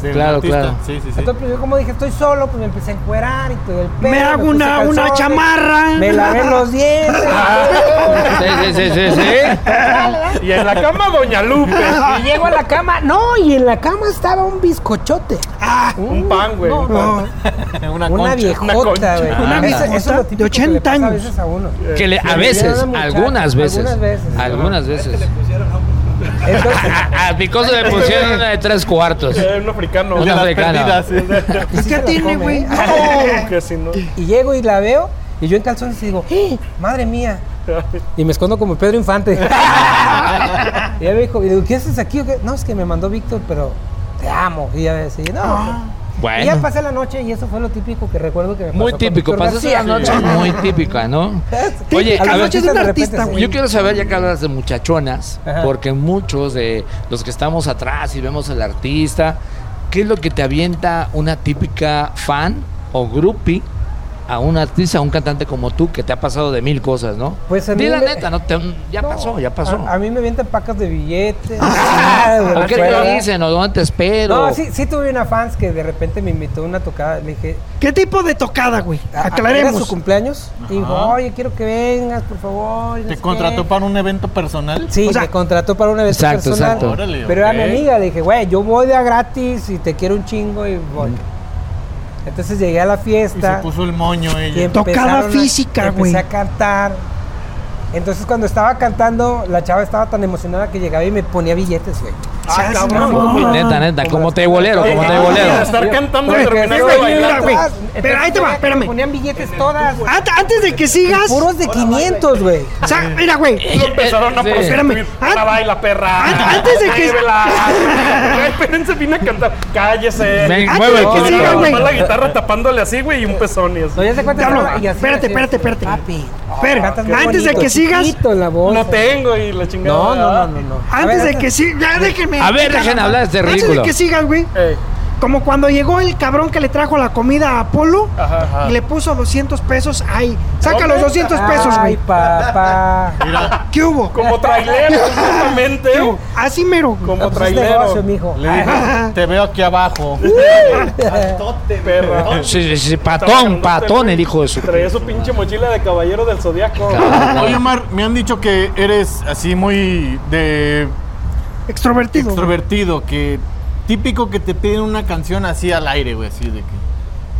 Del
Claro,
artista.
claro.
Sí, sí, sí.
Entonces, pues, yo como dije, estoy solo, pues me empecé a encuerar y todo el pelo.
Me hago
puse
una, una
calzones,
chamarra.
Me lavé los dientes.
Ah,
Sí, sí, sí, sí, sí.
Y en la cama, Doña Lupe.
Ah.
Y llego a la cama, no, y en la cama estaba un bizcochote.
Ah,
Un pan, güey. un pan.
no.
una
Una
concha.
viejota, güey.
Una Ah.
Eso-
viejota
eso es lo
de
típico que
80
le pasa
años.
A veces a uno.
Que le, a veces, algunas veces.
Algunas veces.
Algunas veces.
Entonces,
A, a Picoso le pusieron una de tres cuartos.
Eh, Un africano.
Una
De las
africana.
perdidas, sí.
y sí
¿Qué
se la
tiene,
come,
güey?
¿eh?
Que si no.
Y llego y la veo, y yo en calzones y digo, ¡Eh, madre mía. Y me escondo como Pedro Infante. y ella me dijo, y le digo, ¿qué haces aquí? o qué?" No, es que me mandó Víctor, pero te amo. Y ella me decía, no. Y ya
Ah. Bueno.
pasé la noche y eso fue lo típico que recuerdo que me pasó
Muy
con
típico.
Víctor
Pasas
García.
una noche muy típica, ¿no? Oye,
Las
a ver,
noches de un artista, güey.
Yo quiero saber, ya que hablas de muchachonas,
Ajá.
porque muchos de los que estamos atrás y vemos al artista, ¿qué es lo que te avienta una típica fan o groupie a un artista, a un cantante como tú, que te ha pasado de mil cosas, ¿no?
Pues a
Di
mí
la
me-
neta, ¿no? Te- ya
No,
pasó, ya pasó.
A, a mí me avientan pacas de billetes. Ah, de
¿O
la
qué
cuerda.
te dicen? ¿O dónde te espero?
No, sí, sí tuve una fans que de repente me invitó a una tocada. Le dije,
¿Qué tipo de tocada, güey?
a- Ah, Era su
Aclaremos.
cumpleaños. Y dijo, oye, quiero que vengas, por favor. y no
¿Te
sé
contrató
qué.
para un evento personal?
Sí,
O sea-
me contrató para una vez
Exacto,
personal.
exacto.
Órale,
pero era mi
ok.
amiga, le dije, güey, yo voy de a gratis y te quiero un chingo y voy.
Mm.
Entonces llegué a la
Y se
fiesta.
puso el moño
y
ella.
empezaron
Tocada
a-
física, güey.
Empecé a cantar. Entonces cuando estaba cantando, la chava estaba tan emocionada que llegaba y me ponía billetes, güey.
Seas
Ah, cabrón.
mamón.
Neta, neta, como te bolero, como te
Ah,
bolero.
Estar cantando
Oye,
terminando
que
de
sí,
bailar.
güey.
atrás.
Pero ahí te va,
Entonces,
espérame.
Ponían billetes todas.
Ant- Antes de que sigas.
Puros de 500, güey.
O sea, mira, güey.
Empezaron a
Sí.
Espérame.
prostituir. La baila, perra.
Ah, antes de que-
Muévela. Güey, Espérense, vine a cantar. Cállese.
Ven,
Ah,
mueve el
no,
Y
culito.
sí, no,
estaba
güey.
nomás la guitarra tapándole así, güey, y un pezón y así.
No, ya se cuenta.
Diablo,
estaba- y así,
espérate,
así,
espérate, espérate.
Papi.
Espera,
cantas muy
antes de
bonito,
que sigas-
chiquito en la voz.
No tengo y la chingada.
No, no, no, no, no. A
Antes
ver,
de que sigas. Ya déjenme.
A ver, dejen hablar a este
Antes
ridículo.
de que sigas, güey.
Ey,
Como cuando llegó el cabrón que le trajo la comida a Apolo
Ajá, ajá.
y le puso 200 pesos ahí. Saca los 200 pesos,
Ay,
güey.
papá.
¿Qué hubo?
Como trailero, justamente.
¿Eh?
Así mero. güey.
Como
Pues es
trailero.
negocio, mijo.
Le dijo, te veo aquí abajo.
Perra.
Sí, sí, sí, patón, patón el hijo de su.
Traía su pinche mochila de caballero del zodiaco.
Oye, Omar, me han dicho que eres así muy de
Extrovertido.
extrovertido, que típico que te piden una canción así al aire, güey, así de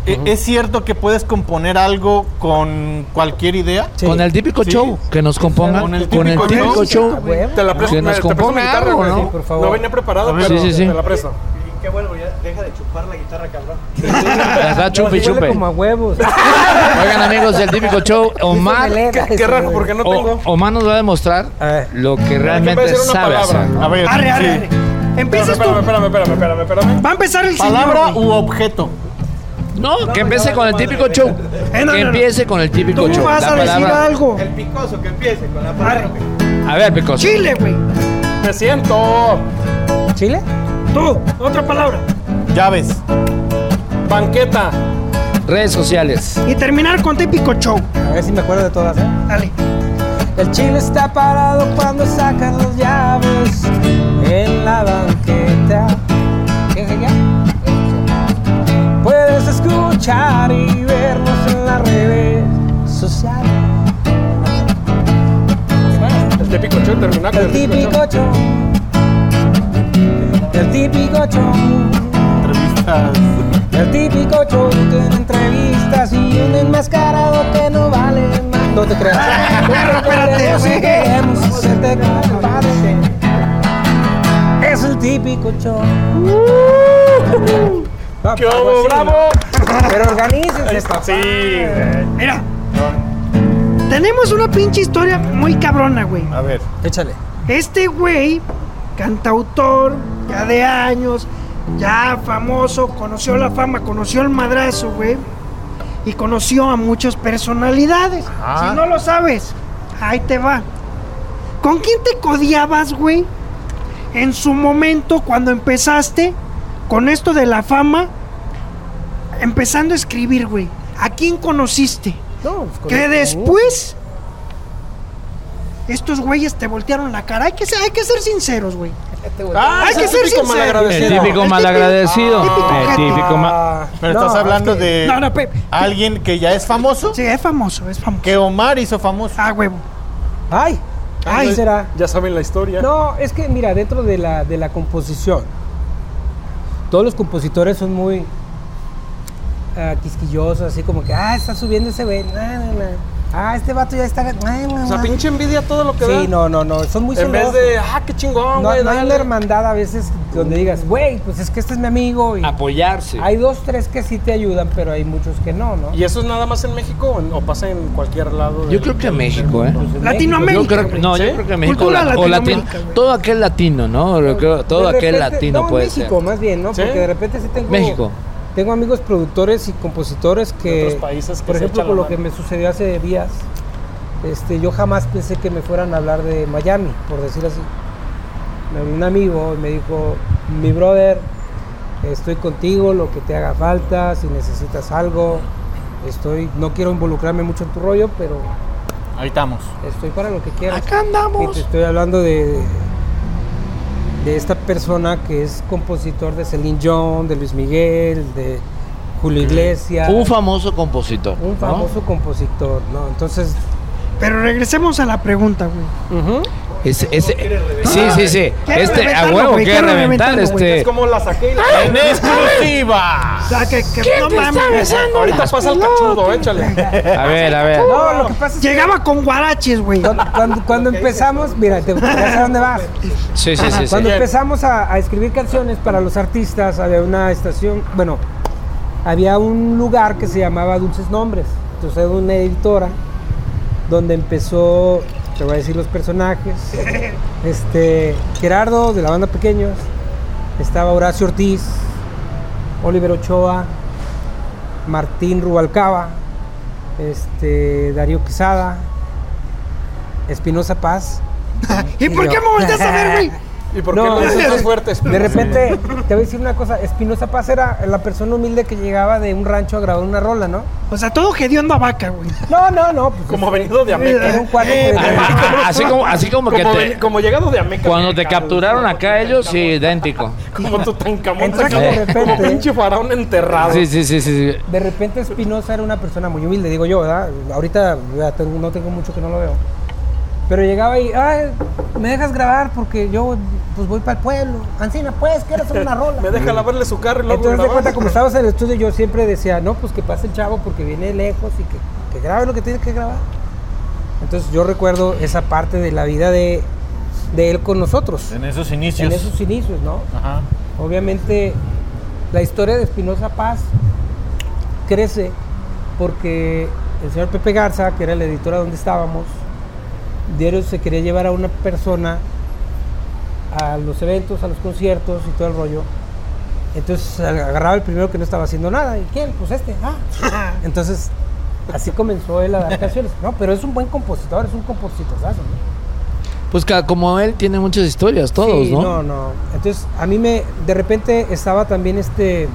que. ¿E- ¿Es cierto que puedes componer algo con cualquier idea?
Sí.
Con el típico
Sí.
show que nos compongan.
Con
Con
el
el
típico
típico,
show.
A
show.
huevo.
Te la presto,
Que
me-
nos
te presto mi
componga
guitarra,
algo,
güey.
¿no?
Sí, por favor.
No venía preparado,
A ver.
pero
Sí, sí, sí.
te la presto.
Y qué bueno, ya de-
deja de chupar la guitarra, cabrón.
La está chupe y
Huele
chupe.
como a huevos.
Oigan amigos del típico show, Omar,
Dice Meleda,
Qué
dice
raro,
Meleda.
porque no
O-
tengo.
Omar nos va a demostrar
A ver.
lo que realmente
puede ser una
sabe
palabra,
hacer.
A
Ah,
ver,
Arre, arre,
sí.
arre. Empiezas tú.
Espérame, espérame, espérame, espérame, espérame.
Va a empezar el
Palabra
señor. güey.
u objeto.
No, que empiece con el típico show.
Eh, no,
Que
no, no.
empiece con el típico
Tú
show.
vas
La
a decir
palabra-
algo.
El picoso que empiece con la
Arre.
A ver, Picos.
Chile, güey.
Me siento.
¿Chile?
Tú, otra palabra.
Llaves.
Banqueta.
Redes sociales.
Y terminar con típico show.
A ver si me acuerdo de todas, ¿eh?
Dale.
El chile está parado cuando sacan las llaves en la banqueta. ¿Qué es ella? Puedes escuchar y vernos en las redes sociales.
El típico show terminar con
El típico show. El típico show.
Entrevistas.
El típico show tiene entrevistas y un enmascarado que no vale más. No te creas.
Pero espérate,
Queremos y
sigue.
queremos hacerte compadre. Es el típico show. Va,
¡Qué
algo
hubo,
así,
bravo!
¿no? pues Pero organícense,
Está
papá.
sí, güey.
Mira. Tenemos una pinche historia muy cabrona, güey.
A ver.
Échale.
Este güey, cantautor, ya de años, ya famoso, conoció la fama, conoció el madrazo, güey. Y conoció a muchas personalidades.
Ajá.
Si no lo sabes, ahí te va. ¿Con quién te codiabas, güey? En su momento, cuando empezaste con esto de la fama, empezando a escribir, güey. ¿A quién conociste?
No, pues, con-
Que
con
después estos güeyes te voltearon la cara. Hay que ser, hay que ser sinceros, güey.
Ah,
Hay
es
que
el
ser
típico
sinceros.
El
malagradecido.
típico
El
malagradecido.
típico-
El
típico
típico ma-
Ah,
Pero
no,
estás
es
hablando
que-
de
No, no, Pepe.
alguien que ya es famoso,
Sí, es famoso, es famoso.
que Omar hizo famoso.
Ah, huevo.
Ay, ay, será.
Ya saben la historia.
No, es que mira, dentro de la, de la composición, todos los compositores son muy ah, quisquillosos, así como que, ah, está subiendo ese güey, na, na, na. ah, este vato ya está. na, na,
O sea,
na".
pinche envidia todo lo que da.
Sí, no, no, no, son muy
En vez
celosos.
de, ah, qué chingón,
No,
güey.
no hay
dale.
una hermandad a veces donde digas, güey, pues es que este es mi amigo. Y
Ah,
Apoyarse.
hay dos, tres que sí te ayudan, pero hay muchos que no, ¿no?
¿Y eso es nada más en México o, en- o pasa en cualquier lado?
Yo
del-
creo que
del-
México, ¿eh?
En
Latinoamérica.
Yo creo,
güey.
no,
¿Sí?
yo creo que México.
Cultura
la- o latino.
Latinoamérica, güey.
Todo aquel latino, ¿no? Yo creo- todo
De
aquel
repente-
latino
no, en
puede
México, más bien, ¿no?
¿Sí?
Porque de repente sí tengo.
México.
Tengo amigos productores y compositores que.
De otros países que
Por
se
ejemplo,
echan la
con lo
mano.
que me sucedió hace días, este, yo jamás pensé que me fueran a hablar de Miami, por decir así. Me habló Un amigo y me dijo: Mi brother, estoy contigo, lo que te haga falta, si necesitas algo. Estoy, no quiero involucrarme mucho en tu rollo, pero
Ahí estamos.
estoy para lo que quieras.
Acá
Y te
andamos.
estoy hablando de, de esta persona que es compositor de Celine John, de Luis Miguel, de Julio Iglesias.
Un famoso compositor.
un
¿no?
famoso compositor, ¿no? Entonces,
Pero regresemos a la pregunta, güey.
Ese- ese- sí, sí, sí.
Quiere
Este, a
reventarlo,
huevo,
güey,
quiere
quiere
reventar.
reventarlo, güey.
Este.
Es como la saqué y la.
¡En exclusiva!
O sea, que, que no mames.
Ahorita pasa el cachudo, échale.
A ver, a ver.
no, lo que pasa es que
Llegaba con guaraches, güey.
cuando, cuando- cuando empezamos, mira, te, ya sé dónde vas.
Sí, sí, sí. sí.
Cuando
Bien.
empezamos a, a escribir canciones para los artistas, había una estación, bueno, había un lugar que se llamaba Dulces Nombres. Entonces era una editora donde empezó, te voy a decir los personajes, este, Gerardo de la banda Pequeños, estaba Horacio Ortiz, Oliver Ochoa, Martín Rubalcaba, este, Darío Quesada, Espinosa Paz.
¿Y por qué me volteas a ver, güey?
¿Y por qué
No,
no,
es-
dices más fuerte?
De repente, te voy a decir una cosa, Espinosa Paz era la persona humilde que llegaba de un rancho a grabar una rola, ¿no?
O sea, todo hediondo a vaca, güey.
No, no, no. pues,
Como venido de
Era
Ameca.
un cuadro
Eh,
que-
Ah, Así como, así como que
Como,
te-
ven- como llegado de Ameca.
cuando te
Cabrón.
capturaron acá ellos, sí, idéntico.
Como Tutankamón.
Entonces,
como,
de repente-
como pinche faraón enterrado.
Sí, sí, sí, sí. sí.
De repente Espinosa era una persona muy humilde, digo yo, ¿verdad? Ahorita ya tengo- no tengo mucho que no lo veo. Pero llegaba y, ay, me dejas grabar porque yo pues voy para el pueblo. Ancina, pues, quiero hacer una rola.
Me deja lavarle su carro y luego
Entonces, de
grabamos.
cuenta, como estábamos en el estudio, yo siempre decía, no, pues que pase el chavo porque viene lejos y que, que grabe lo que tiene que grabar. Entonces, yo recuerdo esa parte de la vida de, de él con nosotros,
En esos
en
inicios.
esos inicios, ¿no?
Ajá.
Obviamente, La historia de Espinosa Paz crece porque el señor Pepe Garza, que era la editora donde estábamos, diario se quería llevar a una persona a los eventos, a los conciertos y todo el rollo. Entonces agarraba el primero que no estaba haciendo nada. ¿Y quién? Pues este. Ah. Entonces así comenzó él a dar canciones. No, pero es un buen compositor, es un compositorazo. ¿no?
Pues ca- como él tiene muchas historias, todos,
Sí,
¿no?
No, no. Entonces, a mí me. De repente estaba también este.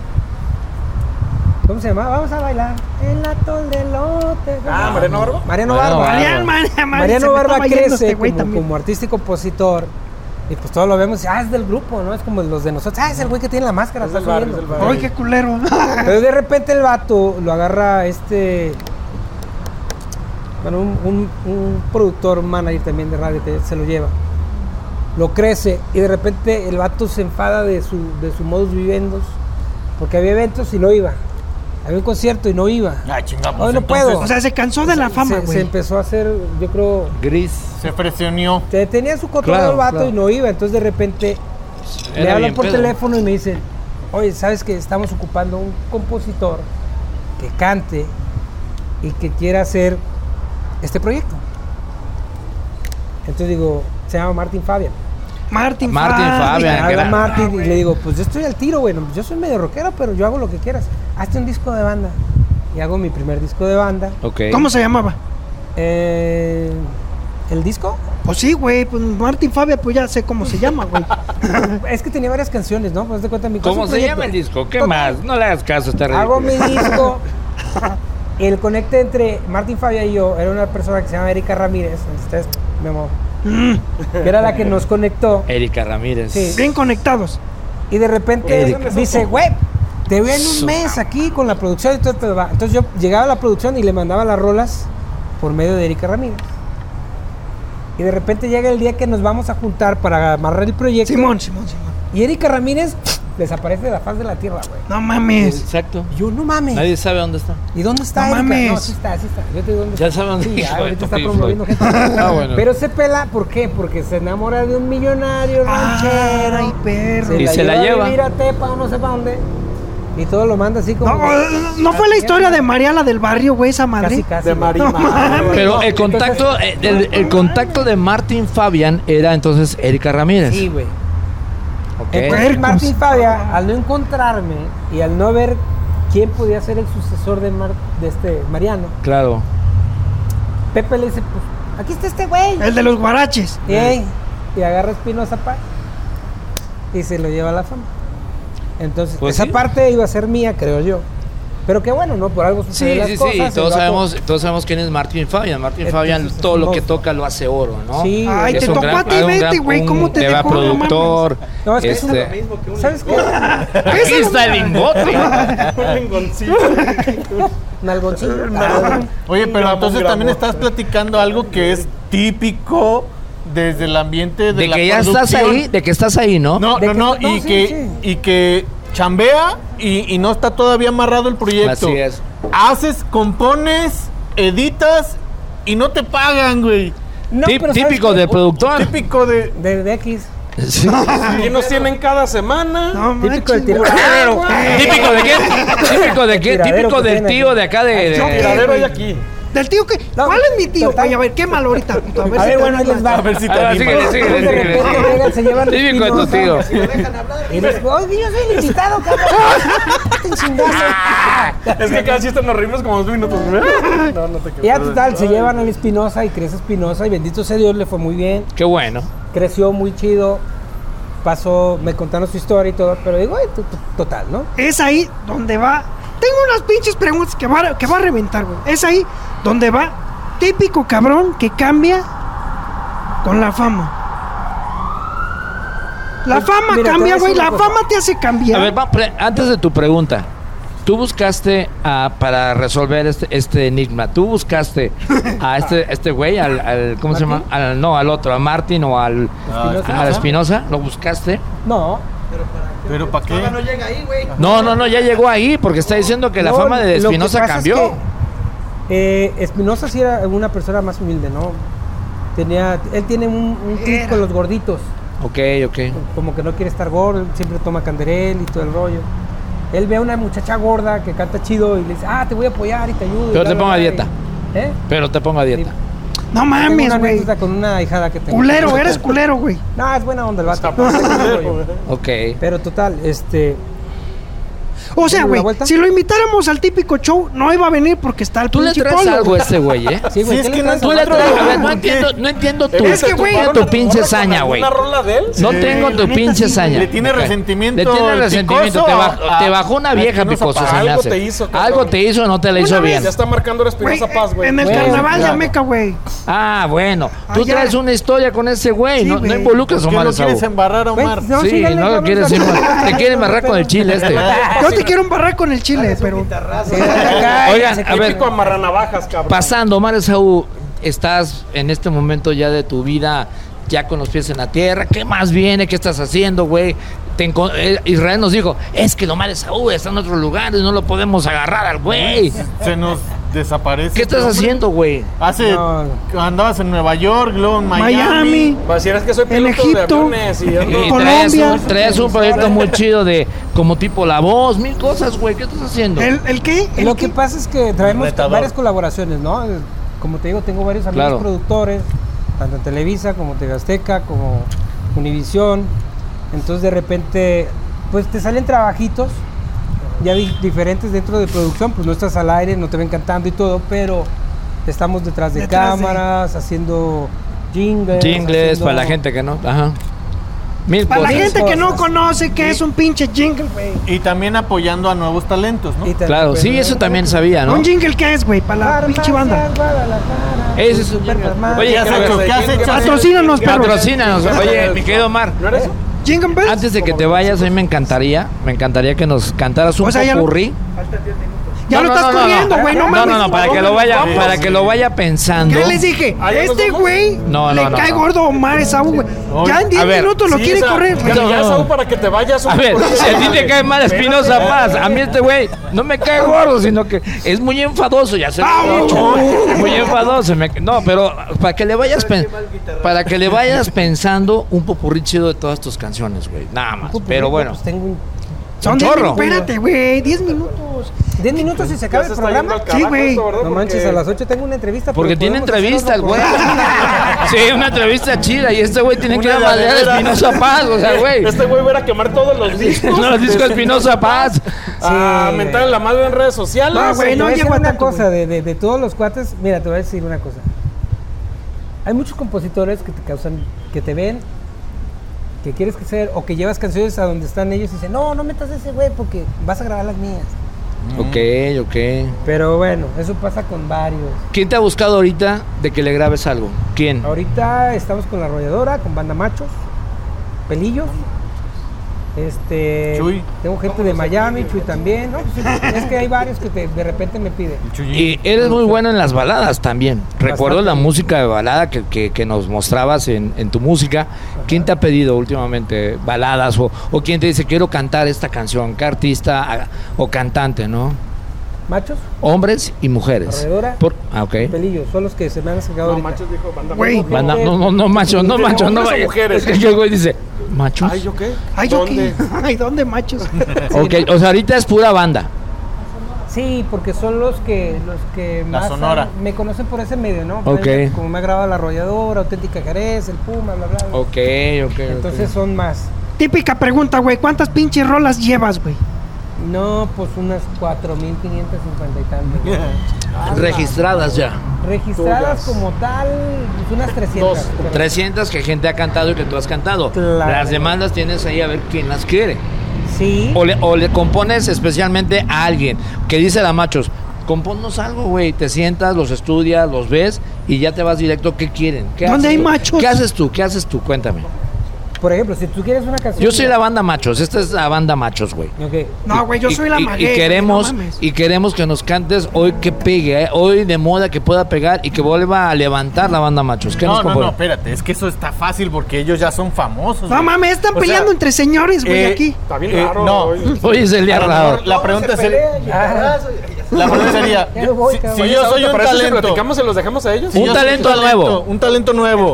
¿Cómo se llamaba? Vamos a bailar. El atol de lote.
Ah, Mariano Barba.
Mariano
Mariano
Barba.
Barba.
Mariano, Mariano, Ah, se
Mariano
me
Ah, Barba
estaba yendo
crece
este güey
como,
también.
como artista y compositor. Y pues todos lo vemos. y, Ah, es del grupo, ¿no? Es como los de nosotros. Ah, es el güey que tiene la máscara.
Es
está
del barrio, es
subiendo.
del barrio.
Ay, qué culero.
Pero de repente el vato lo agarra este. Bueno, un, un- un productor, un manager también de radio que se lo lleva. Lo crece y de repente el vato se enfada de su, de su modus vivendos porque había eventos y no iba. Había un concierto y no iba.
Ah, chingamos.
Hoy no puedo.
o sea, se cansó de la fama,
se, se
güey.
empezó a hacer, yo creo,
Gris.
Se presionó.
te- tenía su control
Claro,
el vato
claro.
y no iba. Entonces de repente me
Era
hablan
bien
por
pedo.
teléfono y me dicen, oye, ¿sabes que estamos ocupando un compositor que cante y que quiera hacer este proyecto? Entonces digo, se llama Martín Fabian.
Martin,
Martin
Y
Fabian.
me habla
gran-
Martín y le digo, pues yo estoy al tiro, güey. no, Yo soy medio rockero, pero yo hago lo que quieras. Hazte un disco de banda. Y hago mi primer disco de banda.
Ok.
¿Cómo se llamaba?
Eh, ¿El disco?
Pues sí, güey, pues Martin Fabia, pues ya sé cómo se llama, güey.
Es que tenía varias canciones, ¿no? Pues de cuenta mi
¿Cómo se llama el disco? ¿Qué más? No le hagas caso, está
Hago
ridículo.
mi disco. El conecte entre Martín Fabia y yo era una persona que se llama Erika Ramírez. Ustedes, mi amor. Que era la que nos conectó.
Erika Ramírez.
Sí.
Bien conectados.
Y de repente
Erika.
dice, güey, te veo en un mes aquí con la producción. y todo, todo va". Entonces yo llegaba a la producción y le mandaba las rolas por medio de Erika Ramírez. Y de repente llega el día que nos vamos a juntar para amarrar el proyecto.
Simón, Simón, Simón.
Y Erika Ramírez desaparece de la faz de la tierra, güey.
No mames.
Exacto.
Y Yo no mames.
Nadie sabe dónde está.
¿Y dónde está
No
Erika?
mames.
No, sí está, sí está. Yo te digo dónde
Ya
está.
saben dónde,
Sí, ya,
hijo de
ahorita
tu
está
Pink
promoviendo
Floyd.
gente.
Ah, bueno.
Pero se pela, ¿por qué? Porque se enamora de un millonario ranchero.
Ay, perro.
Y se la lleva.
a vivir a Tepa o no sé para dónde. Y todo lo manda así como...
No, no, no fue la historia de María la del barrio, güey, esa madre.
Casi, casi.
De Marima.
No mames.
Pero el contacto, el, el- el contacto de Martin Fabian era entonces Erika Ramírez.
Sí, güey.
Ok.
Entonces
Puercos.
Martín Fabia, al no encontrarme y al no ver quién podía ser el sucesor de, Mar- de este Mariano,
Claro.
Pepe le dice, pues, aquí está este güey.
El de los guaraches.
Ey, Y agarra Espinosa Paz y se lo lleva a la fama. Entonces,
Pues
esa
sí.
parte iba a ser mía, creo yo. Pero que bueno, ¿no? Por algo suceden
Sí,
las
sí,
cosas.
sí.
el
Todos
vato-
sabemos, todos sabemos quién es Martin Fabian. Martin
Entonces,
Fabian,
es
todo
un
lo que
monstruo.
toca lo hace oro, ¿no?
Sí, güey.
Ay,
Es
te
un
tocó
gran-
a ti,
un
vete,
gran-
güey, ¿cómo
un
te
tema
dejó? No mames.
productor.
No, es que es
este,
un-
Mismo que un
¿Sabes qué?
lingote,
Pésalo,
Pista de lingote.
Un lingoncillo.
Nalgoncillo.
Oye, pero
Gramo,
entonces
gramo.
también estás platicando algo que es típico desde el ambiente de,
De
la
que ya estás
producción.
ahí, de que estás ahí, ¿no?
No,
De
no,
que
no,
está- no,
y,
sí,
que,
sí.
y que chambea y, y no está todavía amarrado el proyecto.
Así es.
Haces, compones, editas y no te pagan, güey.
No,
Tip-
pero ¿sabes
típico
qué?
del productor.
Típico de...
De, de X.
Sí.
Aquí nos tienen cada semana.
No mames.
Típico Ah, del tiradero.
¿Típico de qué? ¿Típico de qué?
Tiradero
Típico
que
del
tiene
tío
aquí.
de acá de... de-
yo
Tiradero hay aquí.
Del tío que.
No,
¿Cuál es mi tío?
total.
Ay, a ver, qué malo ahorita. puto, A ver,
A
si
ver,
te
bueno, ahí
animas.
les va.
ver si te
Ah,
animas.
síguele, síguele,
De
síguele.
repente llegan, se llevan
Típico de tu
Espinosa.
tío.
Y dices, oye, yo soy el invitado, cabrón. Te chingazo.
Es que cada chiste nos reímos como dos minutos. No, no te Ah.
Y ya
creas.
total, se llevan al Espinosa y crece Espinosa y bendito sea Dios, le fue muy bien.
Qué bueno.
creció muy chido, pasó, me contaron su historia y todo, pero digo, "Ay, to- to- total, ¿no?
Es ahí donde va. Tengo unas pinches preguntas que va, a- que va a reventar, güey. Es ahí donde va típico cabrón que cambia con la fama. La
Pues, mira,
fama
te voy a
cambia,
decir
güey.
una
La
cosa.
fama te hace cambiar.
A ver, va, pre- antes de tu pregunta, tú buscaste a- para resolver este, este enigma, tú buscaste a este este güey, al, al- ¿cómo se llama?
¿Martín?
Al- no, al otro, a Martín o al
Espinosa.
a la Espinosa, lo buscaste.
No,
Pero ¿para qué?
No, no, no, ya llegó ahí porque está diciendo que la
no,
fama de
lo que
Espinosa
pasa es
cambió.
que, eh, Espinosa sí era una persona más humilde, ¿no? Tenía, él tiene un, un clic
Era.
con los gorditos,
Ok, ok.
como que no quiere estar gordo, siempre toma canderel y todo el rollo. él ve a una muchacha gorda que canta chido y le dice, ah, te voy a apoyar y te ayudo. y
Pero
bla,
te
bla,
pongo
bla",
a
y-
dieta.
¿Eh?
Pero te pongo a dieta.
No
Tengo una
mames, Ah, güey.
anécdota con una hijada que tengo.
Culero, eres culero, güey.
No, es buena onda el vato.
Ok.
Pero total, este.
O
¿Dale
sea,
la
güey,
vuelta?
si lo invitáramos al típico show, no iba a venir porque está el
Tú le
pinche
traes
Polo,
algo
güey.
a este güey, ¿eh?
Sí, güey,
Sí, es
¿qué le
que no
traes al
es
Tú le
vato?
traes, a ver, no
¿Por qué?
entiendo, no entiendo tu,
Es que, güey,
tu pinche saña, güey.
¿Una rola de él?
No
Sí.
tengo
La
tu
neta,
pinche
sí,
saña.
güey. Le tiene
Ok.
resentimiento
Le tiene
el
resentimiento.
Picoso
Te,
a-
bajó-
a-
te bajó una vieja,
a Espinosa
picoso.
Paz.
se me
Algo
hace.
te hizo, cabrón.
Algo te hizo, no te la hizo
Una vez-
bien.
Ya está marcando
Güey,
este,
Espinosa Paz, güey.
En el
Güey,
carnaval de
claro.
Ameca, güey.
Ah, bueno. Tú
Allá.
traes una historia con ese güey.
Sí,
no,
güey.
no involucras a
¿Por Pues, qué
Omar
no
Saúl.
quieres embarrar a Omar?
Güey,
Sí,
ya le-
no
ya
lo
le-
quieres embarrar. Te
No,
quiere embarrar con el
pero-
chile este.
Yo
Ah,
te quiero embarrar con el chile, pero.
Sí, acá,
Oigan,
se
a ver.
Típico amarranavajas, cabrón.
Pasando, Omar Esaú, estás en este momento ya de tu vida, ya con los pies en la tierra. ¿Qué más viene? ¿Qué estás haciendo, güey? Te enco- eh, Israel nos dijo, es que el Omar Esaú está en otro lugar y no lo podemos agarrar al güey.
Se nos desaparece.
¿Qué estás
Hombre.
haciendo, güey?
Hace.
No.
Andabas en Nueva York, luego en Miami.
Miami.
Pues, si eres que soy piloto de
Egipto.
aviones y ando-
Y
Colombia.
traes un, traes un proyecto muy chido de como tipo la voz, mil cosas, güey. ¿Qué estás haciendo?
¿El, el qué? ¿El
Lo
qué?
que pasa es que traemos
Retador.
varias colaboraciones, ¿no? Eh, Como te digo, tengo varios amigos
Claro.
productores, tanto en Televisa como TV Azteca, como Univisión. Entonces de repente, pues te salen trabajitos ya di- diferentes dentro de producción, pues no estás al aire, no te ven cantando y todo, pero estamos detrás de
Detrás de-
cámaras, haciendo jingles.
Jingles
haciendo-
para la gente que no. Ajá. Mil
Para la
cosas.
gente que no
cosas.
conoce que es un pinche jingle, güey.
Y también apoyando a nuevos talentos,
Y
¿no?
pues, te-
Claro, sí, eso también sabía, ¿Ah, ¿no?
¿Un jingle qué es, güey? Para la pinche banda.
Ese es un jingle. Oye,
¿Qué has hecho? ¿Qué has hecho?
Patrocínanos, perros.
Patrocínanos. Oye, mi querido Omar,
¿No eres?
¿Jingle bells?
antes de que te vayas, a mí me encantaría, me encantaría que nos cantaras un
O sea, ya lo-
popurrí.
Ya
No,
lo
no,
estás
no, no,
corriendo, güey. No,
No,
mames.
no, no, para que lo vaya, para que lo vaya pensando.
¿Qué les dije?
Ah, ¿ya nos
Este
vamos?
güey
No,
le
no, no,
cae
no.
gordo a Omar Esaú, güey. Ya en 10
a ver,
minutos lo
Sí,
quiere
esa-
correr, güey.
Ya, ya,
No.
Saúl, para que te vayas.
A ver, si a ti te cae mal Espinosa Paz, a mí este güey no me cae gordo, sino que es muy enfadoso, ya se lo he dicho. Muy enfadoso. me- no, pero para que le vayas pen- para que le vayas pensando un popurrí chido de todas tus canciones, güey. Nada más. Pero bueno.
Pues tengo un-
Son 10
chorro.
minutos. Espérate, güey. 10 minutos.
10 minutos y se acaba
¿Acaba
el programa.
Sí, güey.
No manches, a las 8 tengo una entrevista.
Porque
pero
tiene
podemos hacer
entrevista el
otro
güey. Sí, una entrevista chida. Y este güey tiene que ir a madrear a Espinosa Paz. O sea, güey.
Este güey va a ir a quemar todos los discos.
No los discos Espinosa Paz.
A
Sí. Ah,
mentar a la madre en redes sociales.
No,
Te
güey,
voy a decir
llego a
una
tanto,
cosa, de, de- de todos los cuates, mira, te voy a decir una cosa. Hay muchos compositores que te causan, que te ven, que quieres que ser, o que llevas canciones a donde están ellos y dicen, no, no metas a ese güey porque vas a grabar las mías.
Ok, ok.
Pero bueno, eso pasa con varios.
¿Quién te ha buscado ahorita de que le grabes algo? ¿Quién?
Ahorita estamos con la arrolladora, con banda machos, pelillos. Este,
Chuy.
tengo gente de Miami, Chuy también, ¿no? Es que hay varios que te- de repente me piden.
Y eres muy bueno en las baladas también. Recuerdo
Bastante.
la música de balada que, que- que nos mostrabas en, en tu música. ¿Quién te ha pedido últimamente baladas? O, o quién te dice, quiero cantar esta canción? ¿Qué artista ah, o cantante, no?
Machos,
Hombres y mujeres.
Corredora.
Por, ah, ok.
pelillos, son los que se me han sacado
No,
ahorita.
machos dijo banda.
Güey.
Banda- no, no, no, macho, no, macho, no.
Hombres o
vaya.
mujeres.
Es que aquí el güey dice, machos.
Ay, ¿yo qué?
Ay, yo qué. Ay, ¿dónde, machos?
Ok, o sea, ahorita es pura banda.
Sí, porque son los que los que
La
más
Sonora.
han- me conocen por ese medio, ¿no?
Ok.
Como me ha grabado la arrolladora, auténtica Jerez, el Puma, bla bla. bla.
Ok, ok.
Entonces son más.
Típica pregunta, güey. ¿Cuántas pinches rolas llevas, güey?
No, pues unas 4550 y tantas. güey.
registradas ya.
Registradas como tal, pues unas 300.
Dos.
creo.
300 que gente ha cantado y que tú has cantado.
Claro.
Las demandas tienes ahí a ver quién las quiere.
Sí.
O le, o le compones especialmente a alguien que dice la machos, componnos algo, güey. Te sientas, los estudias, los ves y ya te vas directo. ¿Qué quieren? ¿Qué
¿Dónde
haces
hay
tú?
machos?
¿Qué haces tú? ¿Qué haces tú? Cuéntame.
Por ejemplo, si tú quieres una canción.
Yo soy la banda machos. Esta es la banda machos, güey.
Ok.
No, güey, yo
Y-
soy la
y-
maguey.
Y
güey,
queremos,
no mames.
y queremos que nos cantes hoy que pegue, eh, hoy de moda que pueda pegar y que vuelva a levantar la banda machos. ¿Qué
No,
nos
no, no,
compones?
espérate. Es que eso está fácil porque ellos ya son famosos.
No
güey.
mames,
O
están
sea,
peleando entre señores, güey,
eh,
aquí.
Está bien
Eh,
raro.
no.
hoy.
Hoy es el día
a lo
raro.
mejor La pregunta sería.
Ah,
La pregunta sería.
Ya me voy,
si-
cabrón.
Si
Oye,
yo
Saúl,
soy
¿te
un
parece si
talento.
platicamos y los dejamos a ellos?
Si
Un
yo soy
talento nuevo.
Un talento nuevo.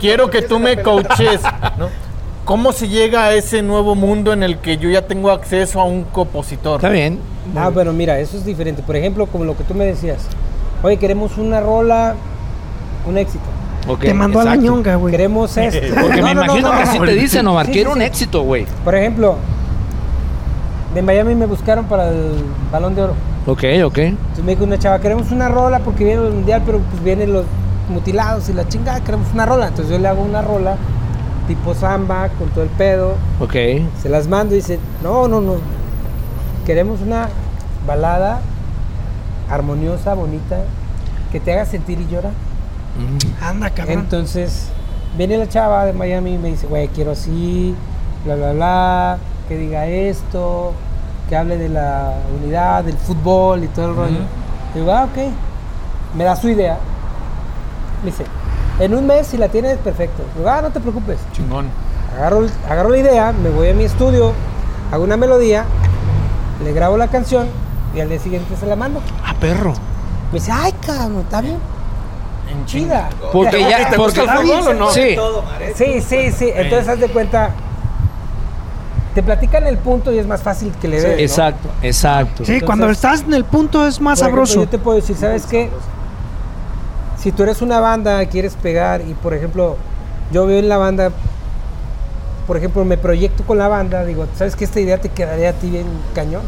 Quiero que tú me coaches. ¿no? ¿Cómo se llega a ese nuevo mundo en el que yo ya tengo acceso a un compositor?
Está bien.
Ah, bueno, mira, eso es diferente. Por ejemplo, como lo que tú me decías. Oye, queremos una rola, un éxito.
ok,
Te mandó a la
exacto.
ñonga, güey.
Queremos esto.
Porque
No,
me
no, no,
imagino
no,
que
no.
si te dicen, Omar,
Sí,
quiero
sí,
un
sí.
éxito, güey.
Por ejemplo, de Miami me buscaron para el Balón de Oro.
Ok, ok.
Entonces me dijo una chava, queremos una rola porque viene el mundial, pero pues vienen los mutilados y la chingada, queremos una rola. Entonces yo le hago una rola tipo samba, con todo el pedo,
Ok.
se las mando y dice, no, no, no, queremos una balada armoniosa, bonita, que te haga sentir y llorar.
Mm.
Anda, cabrón.
Entonces, viene la chava de Miami y me dice, güey, quiero así, bla, bla, bla, que diga esto, que hable de la unidad, del fútbol y todo el rollo. Y digo, ah, ok. Me da su idea. Me dice, en un mes si la tienes, perfecto. Digo, ah, no te preocupes.
Chingón.
Agarro, el- agarro la idea, me voy a mi estudio, hago una melodía, le grabo la canción y al día siguiente se la mando.
Ah, perro.
Me dice, ay, cabrón, está bien
En chinga.
chida.
Porque ya.
¿Te
porque,
gusta el fútbol o no?
Sí.
Sí, sí, sí. Entonces, haz de cuenta, te platican el punto y es más fácil que le des. ¿no?
Exacto, exacto.
Sí,
Entonces-
cuando estás en el punto es más
Por ejemplo,
sabroso.
yo te puedo decir, ¿sabes qué? Si tú eres una banda, quieres pegar y, por ejemplo, yo veo en la banda, por ejemplo, me proyecto con la banda, digo, ¿sabes qué? Esta idea te quedaría a ti bien cañón.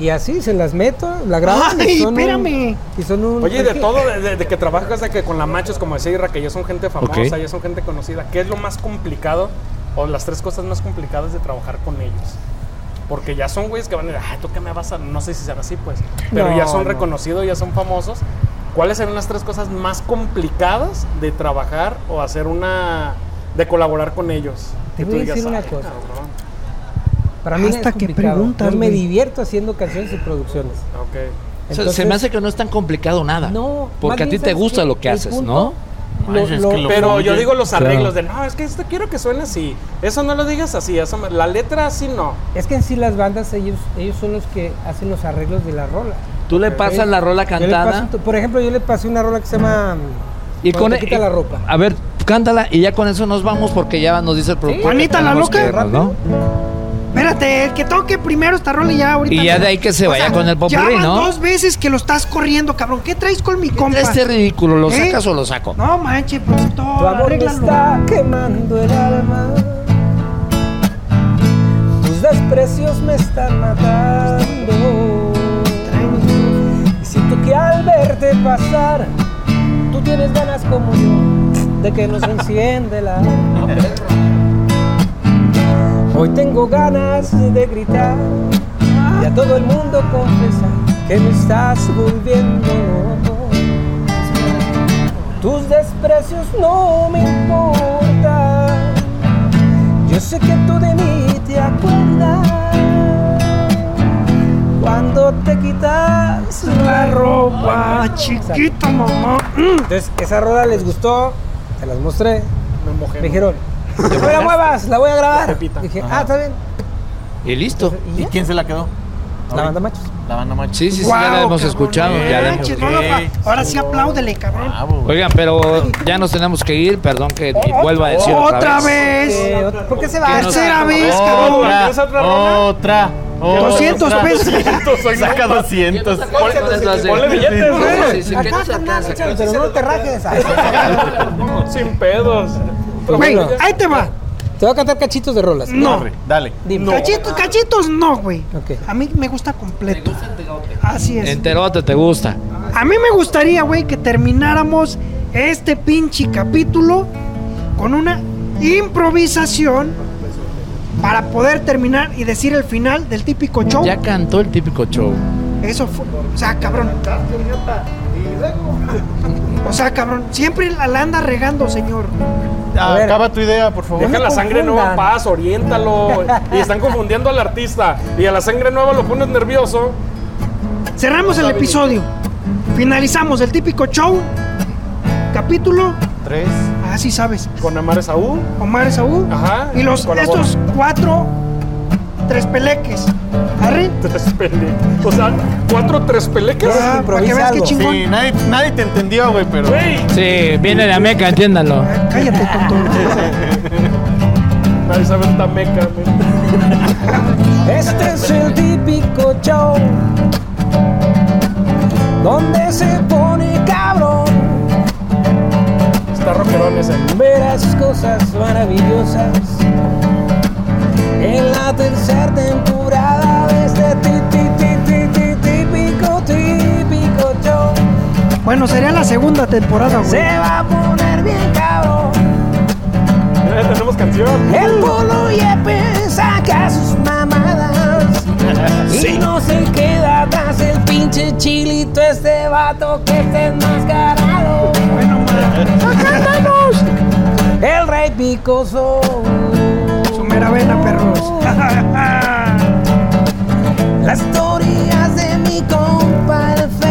Y así se las meto, la grabo.
Ay,
y son un-
espérame.
y son un-
Oye, y de todo, de, de- de que trabajas, de que con la mancha, como decía Irra, que ya son gente famosa,
Ok.
ya son gente conocida, ¿qué es lo más complicado o las tres cosas más complicadas de trabajar con ellos? Porque ya son güeyes que van a decir, ay, tú qué me vas a. No sé si será así, pues. Pero
No,
ya son
no.
reconocidos, ya son famosos. ¿Cuáles serán las tres cosas más complicadas de trabajar o hacer una. de colaborar con ellos?
Te
Que tú
voy a decir
"Ay,
una cosa".
cabrón".
Para mí
Hasta
Hasta
que
que preguntas.
preguntas,
Yo me
güey.
divierto haciendo canciones y producciones.
Ok.
Se- se me hace que no es tan complicado nada.
No, más
Porque a ti
bien,
te
¿sabes
gusta
qué?
lo que
El
haces,
punto-
¿no?
lo-
Ay, es
lo-
que lo-
Pero yo
fluye.
digo los
Claro.
arreglos de no, es que esto quiero que suene así. Eso no lo digas así. Eso me- la letra así no.
Es que en sí las bandas, ellos, ellos son los que hacen los arreglos de la rola.
Tú le pasas la rola
Yo le
cantada
paso to- por ejemplo, yo le pasé una rola que se llama mm,
y con e-
Cuando te quita la ropa.
A ver, cántala y ya con eso nos vamos porque ya nos dice el productor. que
Juanita la
tenemos
loca.
que irnos, ¿no?
Espérate, el que toque primero esta rola y ya ahorita.
Y ya de ahí que se vaya con el
Ya
popurrí,
van
¿no?
dos veces que lo estás corriendo, cabrón. ¿Qué traes con mi compa?
Este ridículo, ¿lo
¿Eh?
sacas o lo saco?
No manches, productor,
Tu amor me
arréglalo.
está quemando el alma. Tus desprecios me están matando. Y siento que al verte pasar, tú tienes ganas como yo de que nos enciende la. Hoy tengo ganas de gritar y a todo el mundo confesar que me estás volviendo loco. Tus desprecios no me importan. Yo sé que tú de mí te acuerdas cuando te quitas la ropa.
Ah, chiquito, mamá.
Entonces, esa rola les gustó, te las mostré.
Me mojé.
Me dijeron, no la muevas, la voy a grabar.
Repita.
Dije,
Ajá.
ah, está bien.
Y listo.
¿Y
¿Y
ya?
quién se la quedó?
La banda machos.
La banda macho.
Sí, sí, sí, ya
Guau,
la hemos
cabrón,
escuchado.
no
Ya la hemos
manches, no lo
escuchado.
fa- Ahora sí apláudele, cabrón.
Bravo.
Oigan, pero ya nos tenemos que ir, perdón que vuelva a decir Ah, otra,
Otra
vez.
vez.
Eh, ot- ¿Por qué se va?
Que no se-
Tercera vez, cabrón.
Otra,
¿Quieres otra rola?
otra, otra.
200 pesos.
Saca 200.
Ponle billetes, güey.
Sí, sí, que
Acá
no se
está nada,
alcanza,
chavo, pero no te rajes. Ay,
Sin pedos.
Güey,
bueno.
ahí te va.
Te voy a cantar cachitos de rolas.
No.
Corre, Dale.
Dime.
Cachitos, cachitos, no, güey.
Ok.
A mí me gusta completo. Así es.
Enterote, te gusta.
A mí me gustaría, güey, que termináramos este pinche capítulo con una improvisación para poder terminar y decir el final del típico show.
Ya cantó el típico show.
Eso fue, o sea, cabrón. O sea, cabrón, siempre la, la anda regando, señor.
A ver.
Acaba tu idea, por favor.
Deja la sangre nueva
confundan.
en paz, oriéntalo. Y están confundiendo al artista. Y a la sangre nueva lo pones nervioso.
Cerramos el episodio. Finalizamos el típico show. Capítulo,
Tres.
así sabes.
Con Amar Saúl.
Omar Saúl.
Ajá,
Y los
colabora.
estos cuatro tres peleques. Arre.
Tres pele. O sea, cuatro tres peleques.
Ya.
Ah, para que veas qué
improvisarlo.
chingón.
Sí, nadie, nadie te entendió, güey, pero.
Güey.
Sí, viene la meca, entiéndanlo.
Cállate, tonto.
Ay, sabe esta meca, güey.
Este es el típico show donde se pone cabrón.
Está rockerón ese.
Verás cosas maravillosas en la tercera temporada de este ti- ti- ti- ti- ti- típico, típico show.
Bueno, sería la segunda temporada, güey.
Se va a poner bien cabrón.
Ya Eh, tenemos canción.
El polo Yepes saca sus mamadas. Y no se queda atrás el pinche chilito, este vato que está enmascarado. ¡Sacándanos! El rey picoso.
Su mera vena, perros.
Las historias de mi compa el Fer.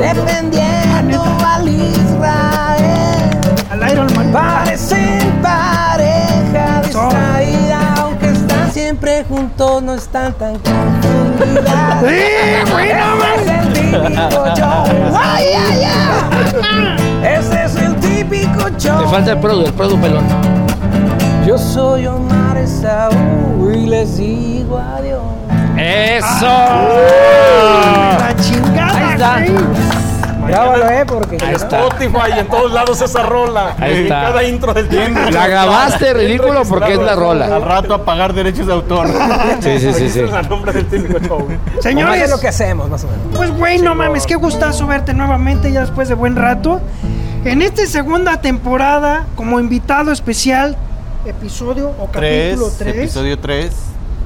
Defendiendo al Israel.
Al Iron Man.
Parecen pareja
Son.
distraída, aunque están siempre juntos, no están tan confundidas.
¡Sí, güey, no
Ese es el típico show. ¡Ay, ay, ay! Ese es el típico
Te
show.
falta el produ, el produ pelón.
Yo soy Omar Esaú y les digo adiós.
¡Eso!
La chingada,
Ah. Ahí
güey.
está.
Grábalo, eh, porque.
Ahí está.
Spotify, en todos lados esa rola.
Ahí
En
está.
cada intro del tiempo.
La grabaste, ridículo, porque es la
Al
rola.
rato a pagar derechos de autor.
Sí, sí, sí, sí.
Registren el nombre del típico show.
Señores,
Señores,
lo que hacemos, más o menos.
pues güey, no mames, qué gustazo verte nuevamente ya después de buen rato. En esta segunda temporada, como invitado especial, episodio o
Tres,
capítulo 3.
episodio 3,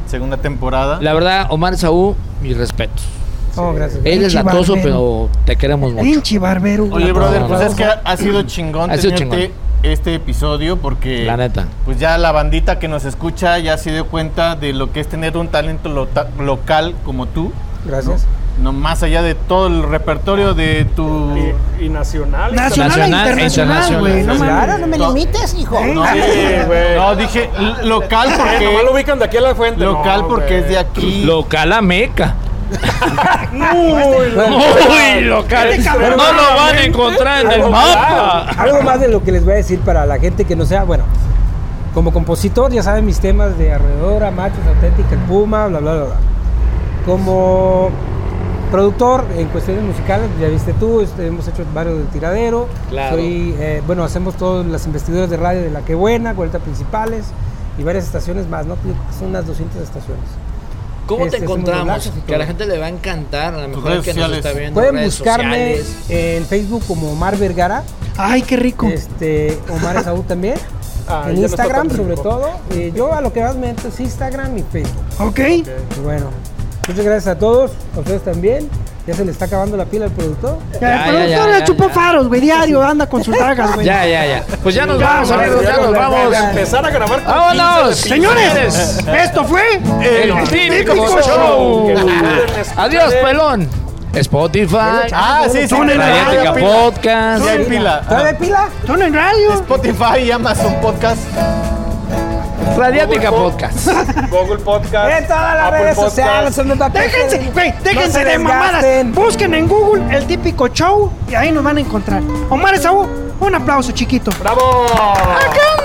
segunda temporada.
La verdad, Omar Saúl, mis respetos.
Oh, gracias.
Eres
Pinche
latoso,
barbero.
pero te queremos mucho.
Pinche barbero. güey.
Oye,
No,
brother,
no,
pues
no.
es que ha ha sido chingón
Ha sido
tenerte
chingón.
este episodio porque
La neta.
pues ya la bandita que nos escucha ya se dio cuenta de lo que es tener un talento lota- local como tú,
Gracias.
no más allá de todo el repertorio de tu
Y, y nacional.
Nacional, e
Nacional,
internacional, güey. No
internacional.
mames.
Claro, no me limites, hijo.
¿Eh?
no,
Sí, güey.
no, dije l- local
Eh, nomás lo
porque
ubican de aquí a la fuente.
local
No,
porque
güey.
es de aquí.
Local a Meca.
Muy
Uy, local.
Este
No
cabrón.
lo van a encontrar en el mapa.
Algo más de lo que les voy a decir para la gente que no sea, bueno, como compositor ya saben mis temas de alrededor, machos, auténtica, el puma, bla, bla, bla, bla. Como productor en cuestiones musicales, ya viste tú, este, hemos hecho varios de tiradero.
Claro.
Soy, eh, bueno, hacemos todas las investiduras de radio de La Que Buena, 40 principales y varias estaciones más, ¿no? Creo que Son unas 200 estaciones.
¿Cómo
Este,
te
somos
encontramos?
doblajes y
Que a la
todo.
gente le va a encantar, a lo mejor
redes
el que nos
sociales.
está viendo.
Pueden
redes
buscarme
sociales.
en Facebook como Omar Vergara.
Ay, qué rico.
Este, Omar Esaú también.
Ah, ya
en
no
Instagram,
está tan
sobre
rico.
todo. Eh, yo a lo que más me meto es Instagram y Facebook.
Ok.
Y bueno, muchas gracias a todos, a ustedes también. Ya se le está acabando la pila al productor.
Ya,
Ya,
el
ya,
productor
ya,
le
ya,
chupó
ya.
faros, güey. Diario anda con sus dagas, güey.
Ya, ya, ya. Pues ya nos vamos,
vamos,
amigos,
ya
ya
nos
nos vamos.
Para empezar a grabar con
¡Vámonos!
15
Señores, esto fue
El típico
Típico
show.
Show.
Adiós, pelón. Spotify,
Ah, sí, sí,
Son en
todavía hay
Radiática
pila.
Podcast.
Sí hay
Ah,
pila.
¿Todavía hay pila?
Son en Radio.
Spotify y Amazon Podcast.
Radiática Podcast.
Google Podcast.
En todas las
Ah, Apple
redes
Podcast.
sociales. son los datos.
Déjense, güey,
No
déjense
se
de mamadas.
desgasten.
Busquen en Google el típico show y ahí nos van a encontrar. Omar Esaú, un aplauso chiquito.
¡Bravo!
¡Acá